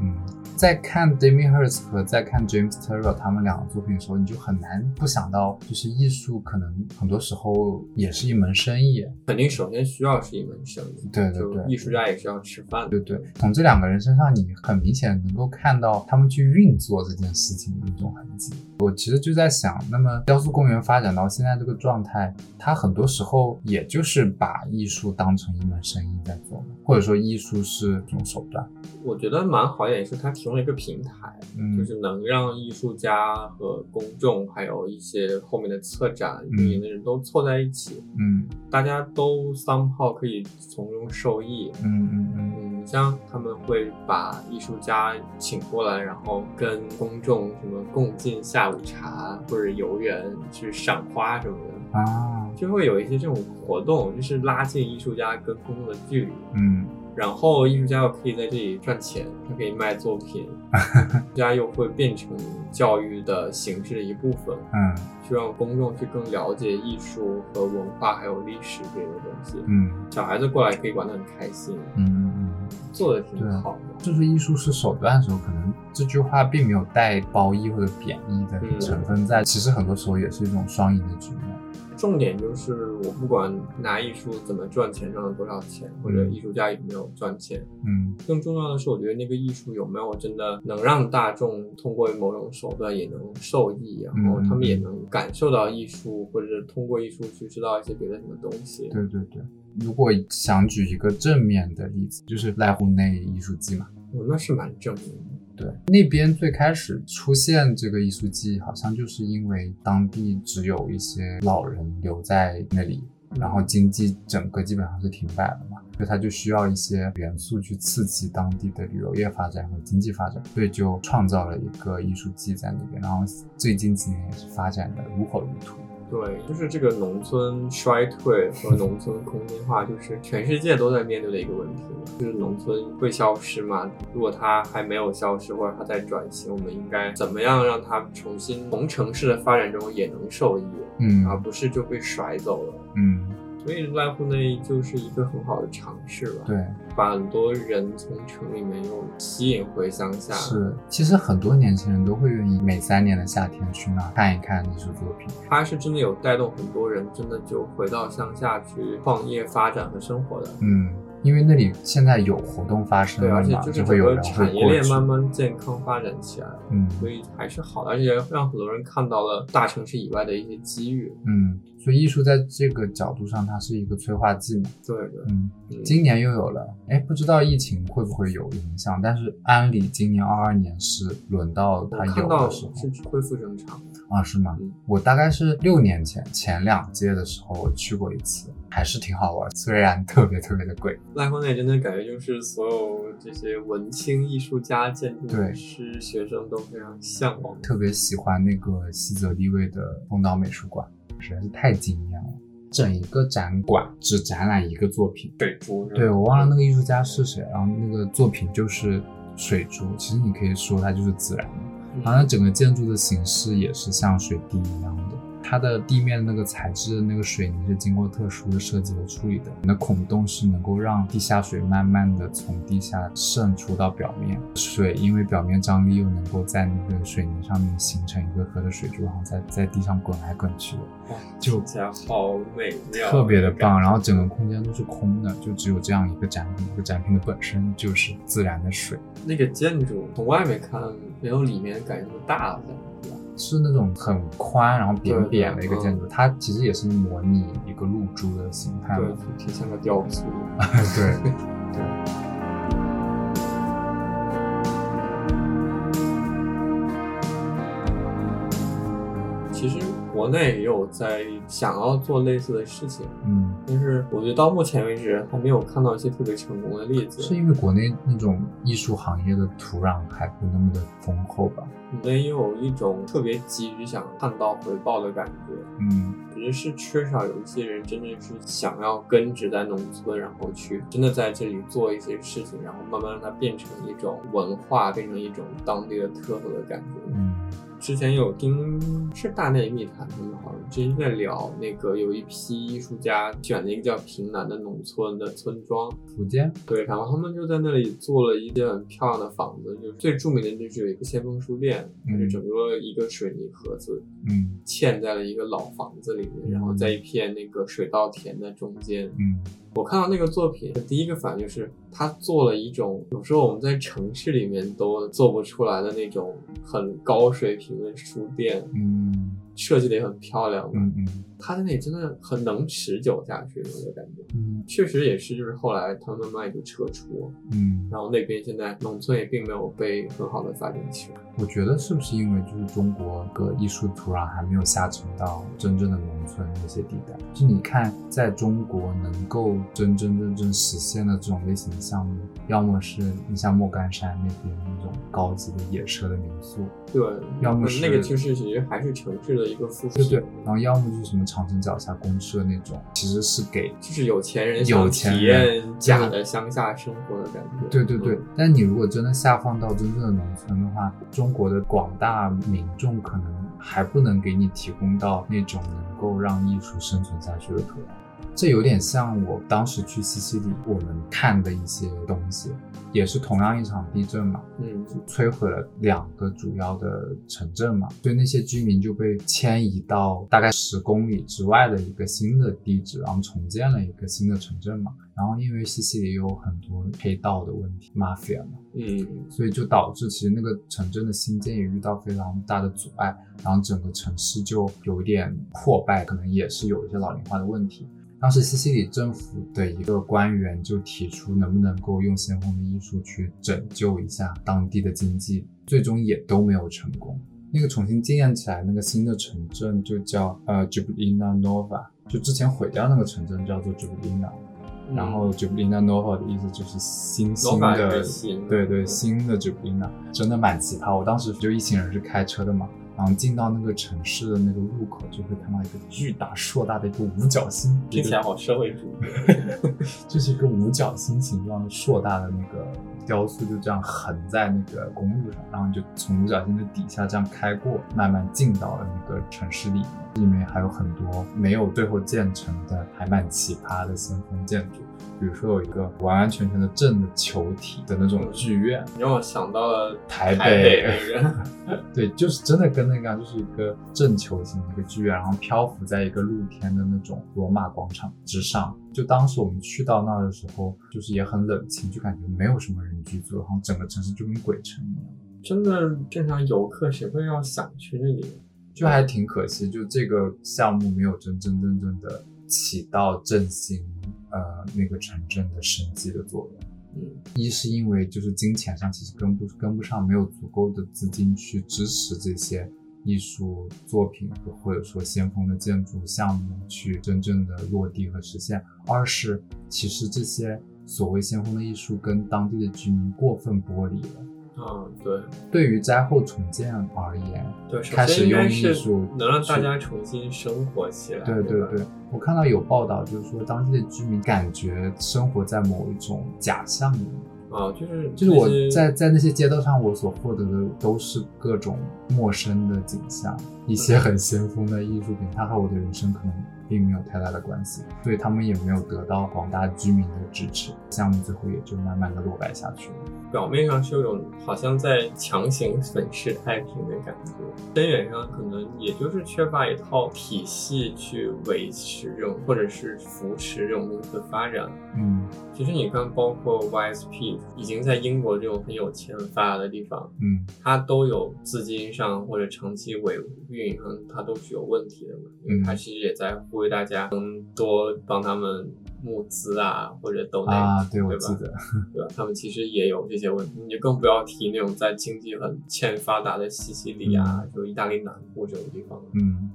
Speaker 1: 嗯，在看 Damien Hirst 和在看 James Turrell 他们两个作品的时候，你就很难不想到，就是艺术可能很多时候也是一门生意。
Speaker 2: 肯定首先需要是一门生意，
Speaker 1: 对对
Speaker 2: 就
Speaker 1: 对
Speaker 2: 艺术家也是要吃饭的。
Speaker 1: 对对，从这两个人身上，你很明显能够看到他们去运作这件事情的一种痕迹。我其实就在想，那么雕塑公园发展到现在这个状态，它很多时候也就是把艺术当成一门生意在做嘛，或者说艺术是一种手段。
Speaker 2: 我觉得蛮好一点是它提供了一个平台，
Speaker 1: 嗯，
Speaker 2: 就是能让艺术家和公众，还有一些后面的策展
Speaker 1: 嗯
Speaker 2: 运营的人都凑在一起，
Speaker 1: 嗯
Speaker 2: 大家都 somehow 可以从中受益。
Speaker 1: 嗯嗯嗯
Speaker 2: 嗯，像他们会把艺术家请过来，然后跟公众什么共进下午茶或者游园去赏花什么的，
Speaker 1: 啊，
Speaker 2: 就会有一些这种活动，就是拉近艺术家跟公众的距离。
Speaker 1: 嗯
Speaker 2: 然后艺术家又可以在这里赚钱，他可以卖作品，艺术家又会变成教育的形式的一部分，
Speaker 1: 嗯
Speaker 2: 去让公众去更了解艺术和文化还有历史这些东西。
Speaker 1: 嗯
Speaker 2: 小孩子过来可以玩得很开心，
Speaker 1: 嗯嗯嗯。
Speaker 2: 做的挺
Speaker 1: 对
Speaker 2: 好的。
Speaker 1: 就是艺术是手段的时候，可能这句话并没有带褒义或者贬义的
Speaker 2: 嗯
Speaker 1: 成分在，其实很多时候也是一种双赢的局面。
Speaker 2: 重点就是我不管拿艺术怎么赚钱，赚了多少钱，或者艺术家有没有赚钱，
Speaker 1: 嗯
Speaker 2: 更重要的是，我觉得那个艺术有没有真的能让大众通过某种手段也能受益，啊
Speaker 1: 嗯
Speaker 2: 然后他们也能感受到艺术，或者是通过艺术去知道一些别的什么东西，。
Speaker 1: 对对对。如果想举一个正面的例子，就是濑户内艺术季嘛。
Speaker 2: 哦，那是蛮正面的。
Speaker 1: 对，那边最开始出现这个艺术季，好像就是因为当地只有一些老人留在那里，然后经济整个基本上是停摆了嘛，所以它就需要一些元素去刺激当地的旅游业发展和经济发展，所以就创造了一个艺术季在那边，然后最近几年也是发展的如火如荼。
Speaker 2: 对，就是这个农村衰退和农村空间化，就是全世界都在面对的一个问题嘛。就是农村会消失吗？如果它还没有消失，或者它在转型，我们应该怎么样让它重新从城市的发展中也能受益，
Speaker 1: 嗯
Speaker 2: 而不是就被甩走了？
Speaker 1: 嗯，
Speaker 2: 所以濑户内就是一个很好的尝试吧，
Speaker 1: 对。
Speaker 2: 把很多人从城里面又吸引回乡下。，
Speaker 1: 是，其实很多年轻人都会愿意每三年的夏天去那儿看一看艺术作品。
Speaker 2: 它是真的有带动很多人，真的就回到乡下去创业、发展和生活的。
Speaker 1: 嗯，因为那里现在有活动发生
Speaker 2: 对，
Speaker 1: 了
Speaker 2: 而且
Speaker 1: 嘛，
Speaker 2: 就是
Speaker 1: 嗯会
Speaker 2: 整
Speaker 1: 有
Speaker 2: 个
Speaker 1: 人会
Speaker 2: 产业
Speaker 1: 过
Speaker 2: 链
Speaker 1: 去。
Speaker 2: 慢慢健康发展起来，
Speaker 1: 嗯
Speaker 2: 所以还是好的，而且让很多人看到了大城市以外的一些机遇。
Speaker 1: 嗯，所以艺术在这个角度上，它是一个催化剂嘛。
Speaker 2: 对的，
Speaker 1: 嗯，
Speaker 2: 嗯
Speaker 1: 今年又有了，哎，不知道疫情会不会有影响，但是按理今年二二年是轮到
Speaker 2: 我
Speaker 1: 它
Speaker 2: 看
Speaker 1: 有
Speaker 2: 到
Speaker 1: 的时候
Speaker 2: 是恢复正常，
Speaker 1: 啊，是吗
Speaker 2: 嗯？
Speaker 1: 我大概是六年前前两届的时候我去过一次，还是挺好玩，虽然特别特别的贵。
Speaker 2: 濑户内真的感觉就是所有这些文青艺术家、建筑
Speaker 1: 对
Speaker 2: 师、学生都非常向往。
Speaker 1: 特别喜欢那个西泽立卫的丰岛美术馆，实在是太惊艳了。整一个展馆只展览一个作品，
Speaker 2: 水珠是吧
Speaker 1: 对我忘了那个艺术家是谁，然后那个作品就是水珠，其实你可以说它就是自然的，
Speaker 2: 嗯
Speaker 1: 然后它整个建筑的形式也是像水滴一样的。它的地面那个材质的那个水泥是经过特殊的设计和处理的，那孔洞是能够让地下水慢慢的从地下渗出到表面，水因为表面张力又能够在那个水泥上面形成一个颗的水珠，然后在在地上滚来滚去的，
Speaker 2: 哇
Speaker 1: 就
Speaker 2: 听起来好美妙，
Speaker 1: 特别的棒，然后整个
Speaker 2: 个
Speaker 1: 空间都是空的，就只有这样一个展品，这个展品的本身就是自然的水，
Speaker 2: 那个建筑从外面看没有里面感觉那么大了，对吧
Speaker 1: 是那种很宽然后扁扁的一个
Speaker 2: 对的
Speaker 1: 建筑，它其实也是模拟一个露珠的形态
Speaker 2: 对
Speaker 1: 嘛，，
Speaker 2: 挺像个雕塑。
Speaker 1: 对。
Speaker 2: 其实国内也有在想要做类似的事情，
Speaker 1: 嗯，
Speaker 2: 但是我觉得到目前为止还没有看到一些特别成功的例子。
Speaker 1: 是因为国内那种艺术行业的土壤还不那么的丰厚吧？
Speaker 2: 国内也有一种特别急于想看到回报的感觉，
Speaker 1: 嗯
Speaker 2: 我觉得是缺少有一些人真的是想要根植在农村，然后去真的在这里做一些事情，然后慢慢让它变成一种文化，变成一种当地的特色的感觉。
Speaker 1: 嗯，
Speaker 2: 之前有听是大内密谈他们好像之前在聊那个有一批艺术家选了一个叫平南的农村的村庄，
Speaker 1: 福建
Speaker 2: 对，然后他们就在那里做了一间很漂亮的房子，就是最著名的就是有一个先锋书店，它是整个一个水泥盒子
Speaker 1: 嗯
Speaker 2: 嵌在了一个老房子里面，然后在一片那个水稻田的中间，
Speaker 1: 嗯
Speaker 2: 我看到那个作品，第一个反应就是他做了一种有时候我们在城市里面都做不出来的那种很高水平的书店，
Speaker 1: 嗯
Speaker 2: 设计的也很漂亮嘛。
Speaker 1: 嗯嗯
Speaker 2: 他在那里真的很能持久下去，我的感觉。
Speaker 1: 嗯
Speaker 2: 确实也是，就是后来他慢慢也就撤出，
Speaker 1: 嗯，
Speaker 2: 然后那边现在农村也并没有被很好的发展起来。
Speaker 1: 我觉得是不是因为就是中国的艺术土壤还没有下沉到真正的农村那些地带？就你看，在中国能够真真正正实现的这种类型的项目，要么是你像莫干山那边那种高级的野奢的民宿，
Speaker 2: 对，
Speaker 1: 要么是
Speaker 2: 那个就是其实还是城市的一个附属
Speaker 1: 对对，然后要么就是什么长城脚下公社那种，其实是给
Speaker 2: 就是有钱人
Speaker 1: 有
Speaker 2: 想
Speaker 1: 钱
Speaker 2: 体
Speaker 1: 人
Speaker 2: 验假的乡下生活的感觉。
Speaker 1: 对对对
Speaker 2: 嗯，
Speaker 1: 但你如果真的下放到真正的农村的话，中国的广大民众可能还不能给你提供到那种能够让艺术生存下去的土壤。这有点像我当时去西西里，我们看的一些东西，也是同样一场地震嘛，
Speaker 2: 嗯，
Speaker 1: 摧毁了两个主要的城镇嘛，所以那些居民就被迁移到大概十公里之外的一个新的地址，然后重建了一个新的城镇嘛。然后因为西西里有很多黑道的问题，mafia 嘛，
Speaker 2: 嗯，
Speaker 1: 所以就导致其实那个城镇的新建也遇到非常大的阻碍，然后整个城市就有点破败，可能也是有一些老龄化的问题。当时西西里政府的一个官员就提出，能不能够用先锋的艺术去拯救一下当地的经济，最终也都没有成功。那个重新建建起来那个新的城镇就叫呃 Jubilina Nova，就之前毁掉那个城镇叫做 Jubilina，然后 Jubilina Nova 的意思就是新兴
Speaker 2: 嗯老板嗯也
Speaker 1: 的
Speaker 2: 是新
Speaker 1: 对对，新的酒冰呢，真的蛮奇葩。我当时就一行人是开车的嘛，然后进到那个城市的那个入口，就会看到一个巨大硕大的一个五角星，
Speaker 2: 听起
Speaker 1: 一
Speaker 2: 来
Speaker 1: 个
Speaker 2: 好社会主义。
Speaker 1: 就是一个五角星形状的硕大的那个雕塑，就这样横在那个公路上，然后你就从五角星的底下这样开过，慢慢进到了那个城市里面。里面还有很多没有最后建成的，还蛮奇葩的先锋建筑，比如说有一个完完全全的正的球体的那种剧院，
Speaker 2: 你让我想到了
Speaker 1: 台
Speaker 2: 北
Speaker 1: 北
Speaker 2: 那个，
Speaker 1: 对，就是真的跟那个啊就是一个正球形的一个剧院，然后漂浮在一个露天的那种罗马广场之上。就当时我们去到那儿的时候，就是也很冷清，就感觉没有什么人居住，然后整个城市就跟鬼城一样，
Speaker 2: 真的正常游客谁会要想去那里？
Speaker 1: 就还挺可惜。就这个项目没有真真正正的起到振兴呃那个城镇的生机的作用。
Speaker 2: 嗯，
Speaker 1: 一是因为就是金钱上其实跟不跟不上，没有足够的资金去支持这些艺术作品或者说先锋的建筑项目去真正的落地和实现；二是其实这些所谓先锋的艺术跟当地的居民过分剥离了。
Speaker 2: 啊，对
Speaker 1: 对于灾后重建而言，
Speaker 2: 对，首
Speaker 1: 开
Speaker 2: 先
Speaker 1: 始
Speaker 2: 应
Speaker 1: 用
Speaker 2: 该
Speaker 1: 艺
Speaker 2: 是
Speaker 1: 术
Speaker 2: 能让大
Speaker 1: 去
Speaker 2: 家重新生活起来。
Speaker 1: 对啊对
Speaker 2: 吧，
Speaker 1: 对，我看到有报道，就是说当地的居民感觉生活在某一种假象里面。
Speaker 2: 啊，就是
Speaker 1: 就是
Speaker 2: 那
Speaker 1: 我
Speaker 2: 些
Speaker 1: 在在那些街道上，我所获得的都是各种陌生的景象，一些很先锋的艺术品，它和我的人生可能并没有太大的关系，所以他们也没有得到广大居民的支持，项目最后也就慢慢的落败下去了。
Speaker 2: 表面上是有种好像在强行粉饰太平的感觉，根源上可能也就是缺乏一套体系去维持这种或者是扶持这种东西的发展。
Speaker 1: 嗯
Speaker 2: 其实你看，包括 YSP 已经在英国这种很有钱、很发达的地方，
Speaker 1: 嗯
Speaker 2: 它都有资金上或者长期维运营上，它都是有问题的嘛。因为它其实也在呼吁大家能多帮他们募资啊，或者抖内
Speaker 1: 啊，对我
Speaker 2: 对吧
Speaker 1: 记得，
Speaker 2: 对吧？他们其实也有这些问题，你就更不要提那种在经济很欠发达的西西里啊，就意大利南部这种地方，
Speaker 1: 嗯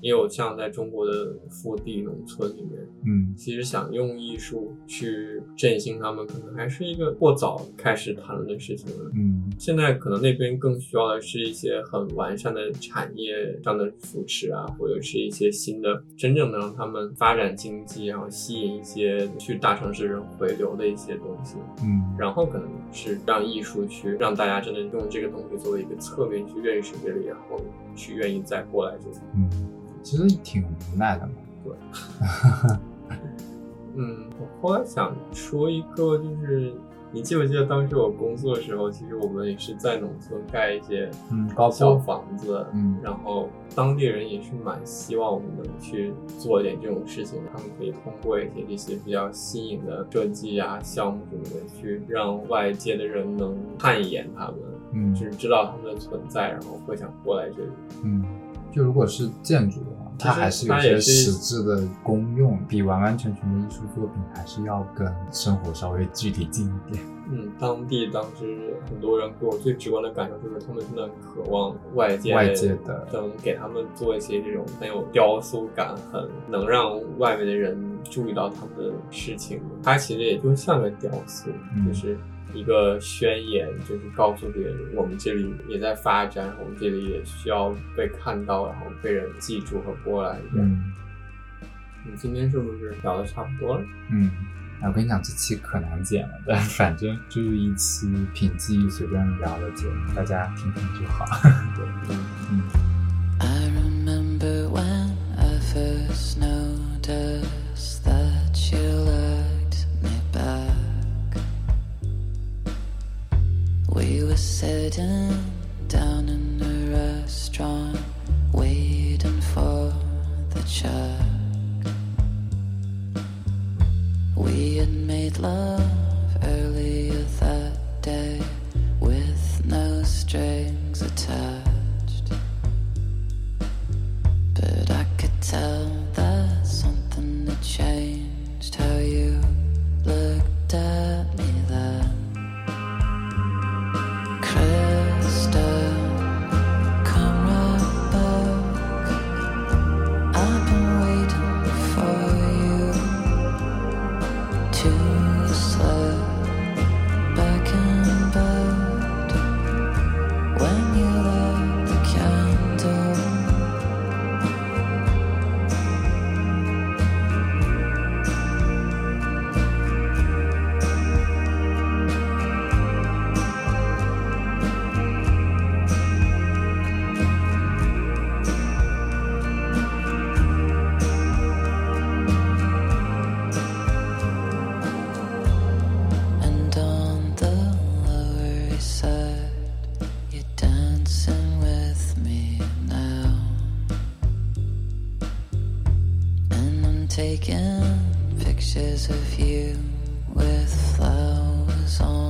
Speaker 2: 因为我像在中国的腹地农村里面，
Speaker 1: 嗯
Speaker 2: 其实想用艺术去振兴他们，可能还是一个过早开始谈论的事情了。
Speaker 1: 嗯
Speaker 2: 现在可能那边更需要的是一些很完善的产业上的扶持啊，或者是一些新的真正能让他们发展经济，然后吸引一些去大城市人回流的一些东西。
Speaker 1: 嗯
Speaker 2: 然后可能是让艺术去让大家真的用这个东西作为一个侧面去认识这里，然后去愿意再过来这里。
Speaker 1: 嗯，其实挺无奈的嘛。
Speaker 2: 嗯，我后来想说一个，就是你记不记得当时我工作的时候，其实我们也是在农村盖一些
Speaker 1: 嗯，高
Speaker 2: 小
Speaker 1: 坡，
Speaker 2: 房子，
Speaker 1: 嗯
Speaker 2: 然后当地人也是蛮希望我们能去做一点这种事情，他们可以通过一些这些比较新颖的设计啊、项目什么的，去让外界的人能看一眼他们。
Speaker 1: 嗯
Speaker 2: 只知道他们的存在，然后会想过来这里。
Speaker 1: 嗯，就如果是建筑的话，它还是有
Speaker 2: 它也
Speaker 1: 些实
Speaker 2: 是
Speaker 1: 质的功用，比完完全全的艺术作品还是要跟生活稍微距离近一点。
Speaker 2: 嗯，当地当时很多人给我最直观的感受就是，他们真的很渴望外界
Speaker 1: 外界的
Speaker 2: 能给他们做一些这种很有雕塑感、很能让外面的人注意到他们的事情。它其实也就像个雕塑，
Speaker 1: 嗯
Speaker 2: 就是一个宣言，就是告诉别人我们这里也在发展，我们这里也需要被看到，然后被人记住和过来一样。
Speaker 1: 嗯
Speaker 2: 你今天是不是聊的差不多了？
Speaker 1: 嗯。哎，我跟你讲，这期可难剪了，但反正就是一期凭记忆随便聊的节目，大家听听就好。
Speaker 3: I remember when I first noticed that you looked me back. We were sitting down in a restaurant, waiting for the check. We had made love earlier that day with no strings attached. But I could tell that something had changed how you looked at me then. Crystal, come right back. I've been waiting for you to slip back in bed when you light the candle. And on the Lower East Side, you're dancing with me now. And I'm taking pictures of you with flowers on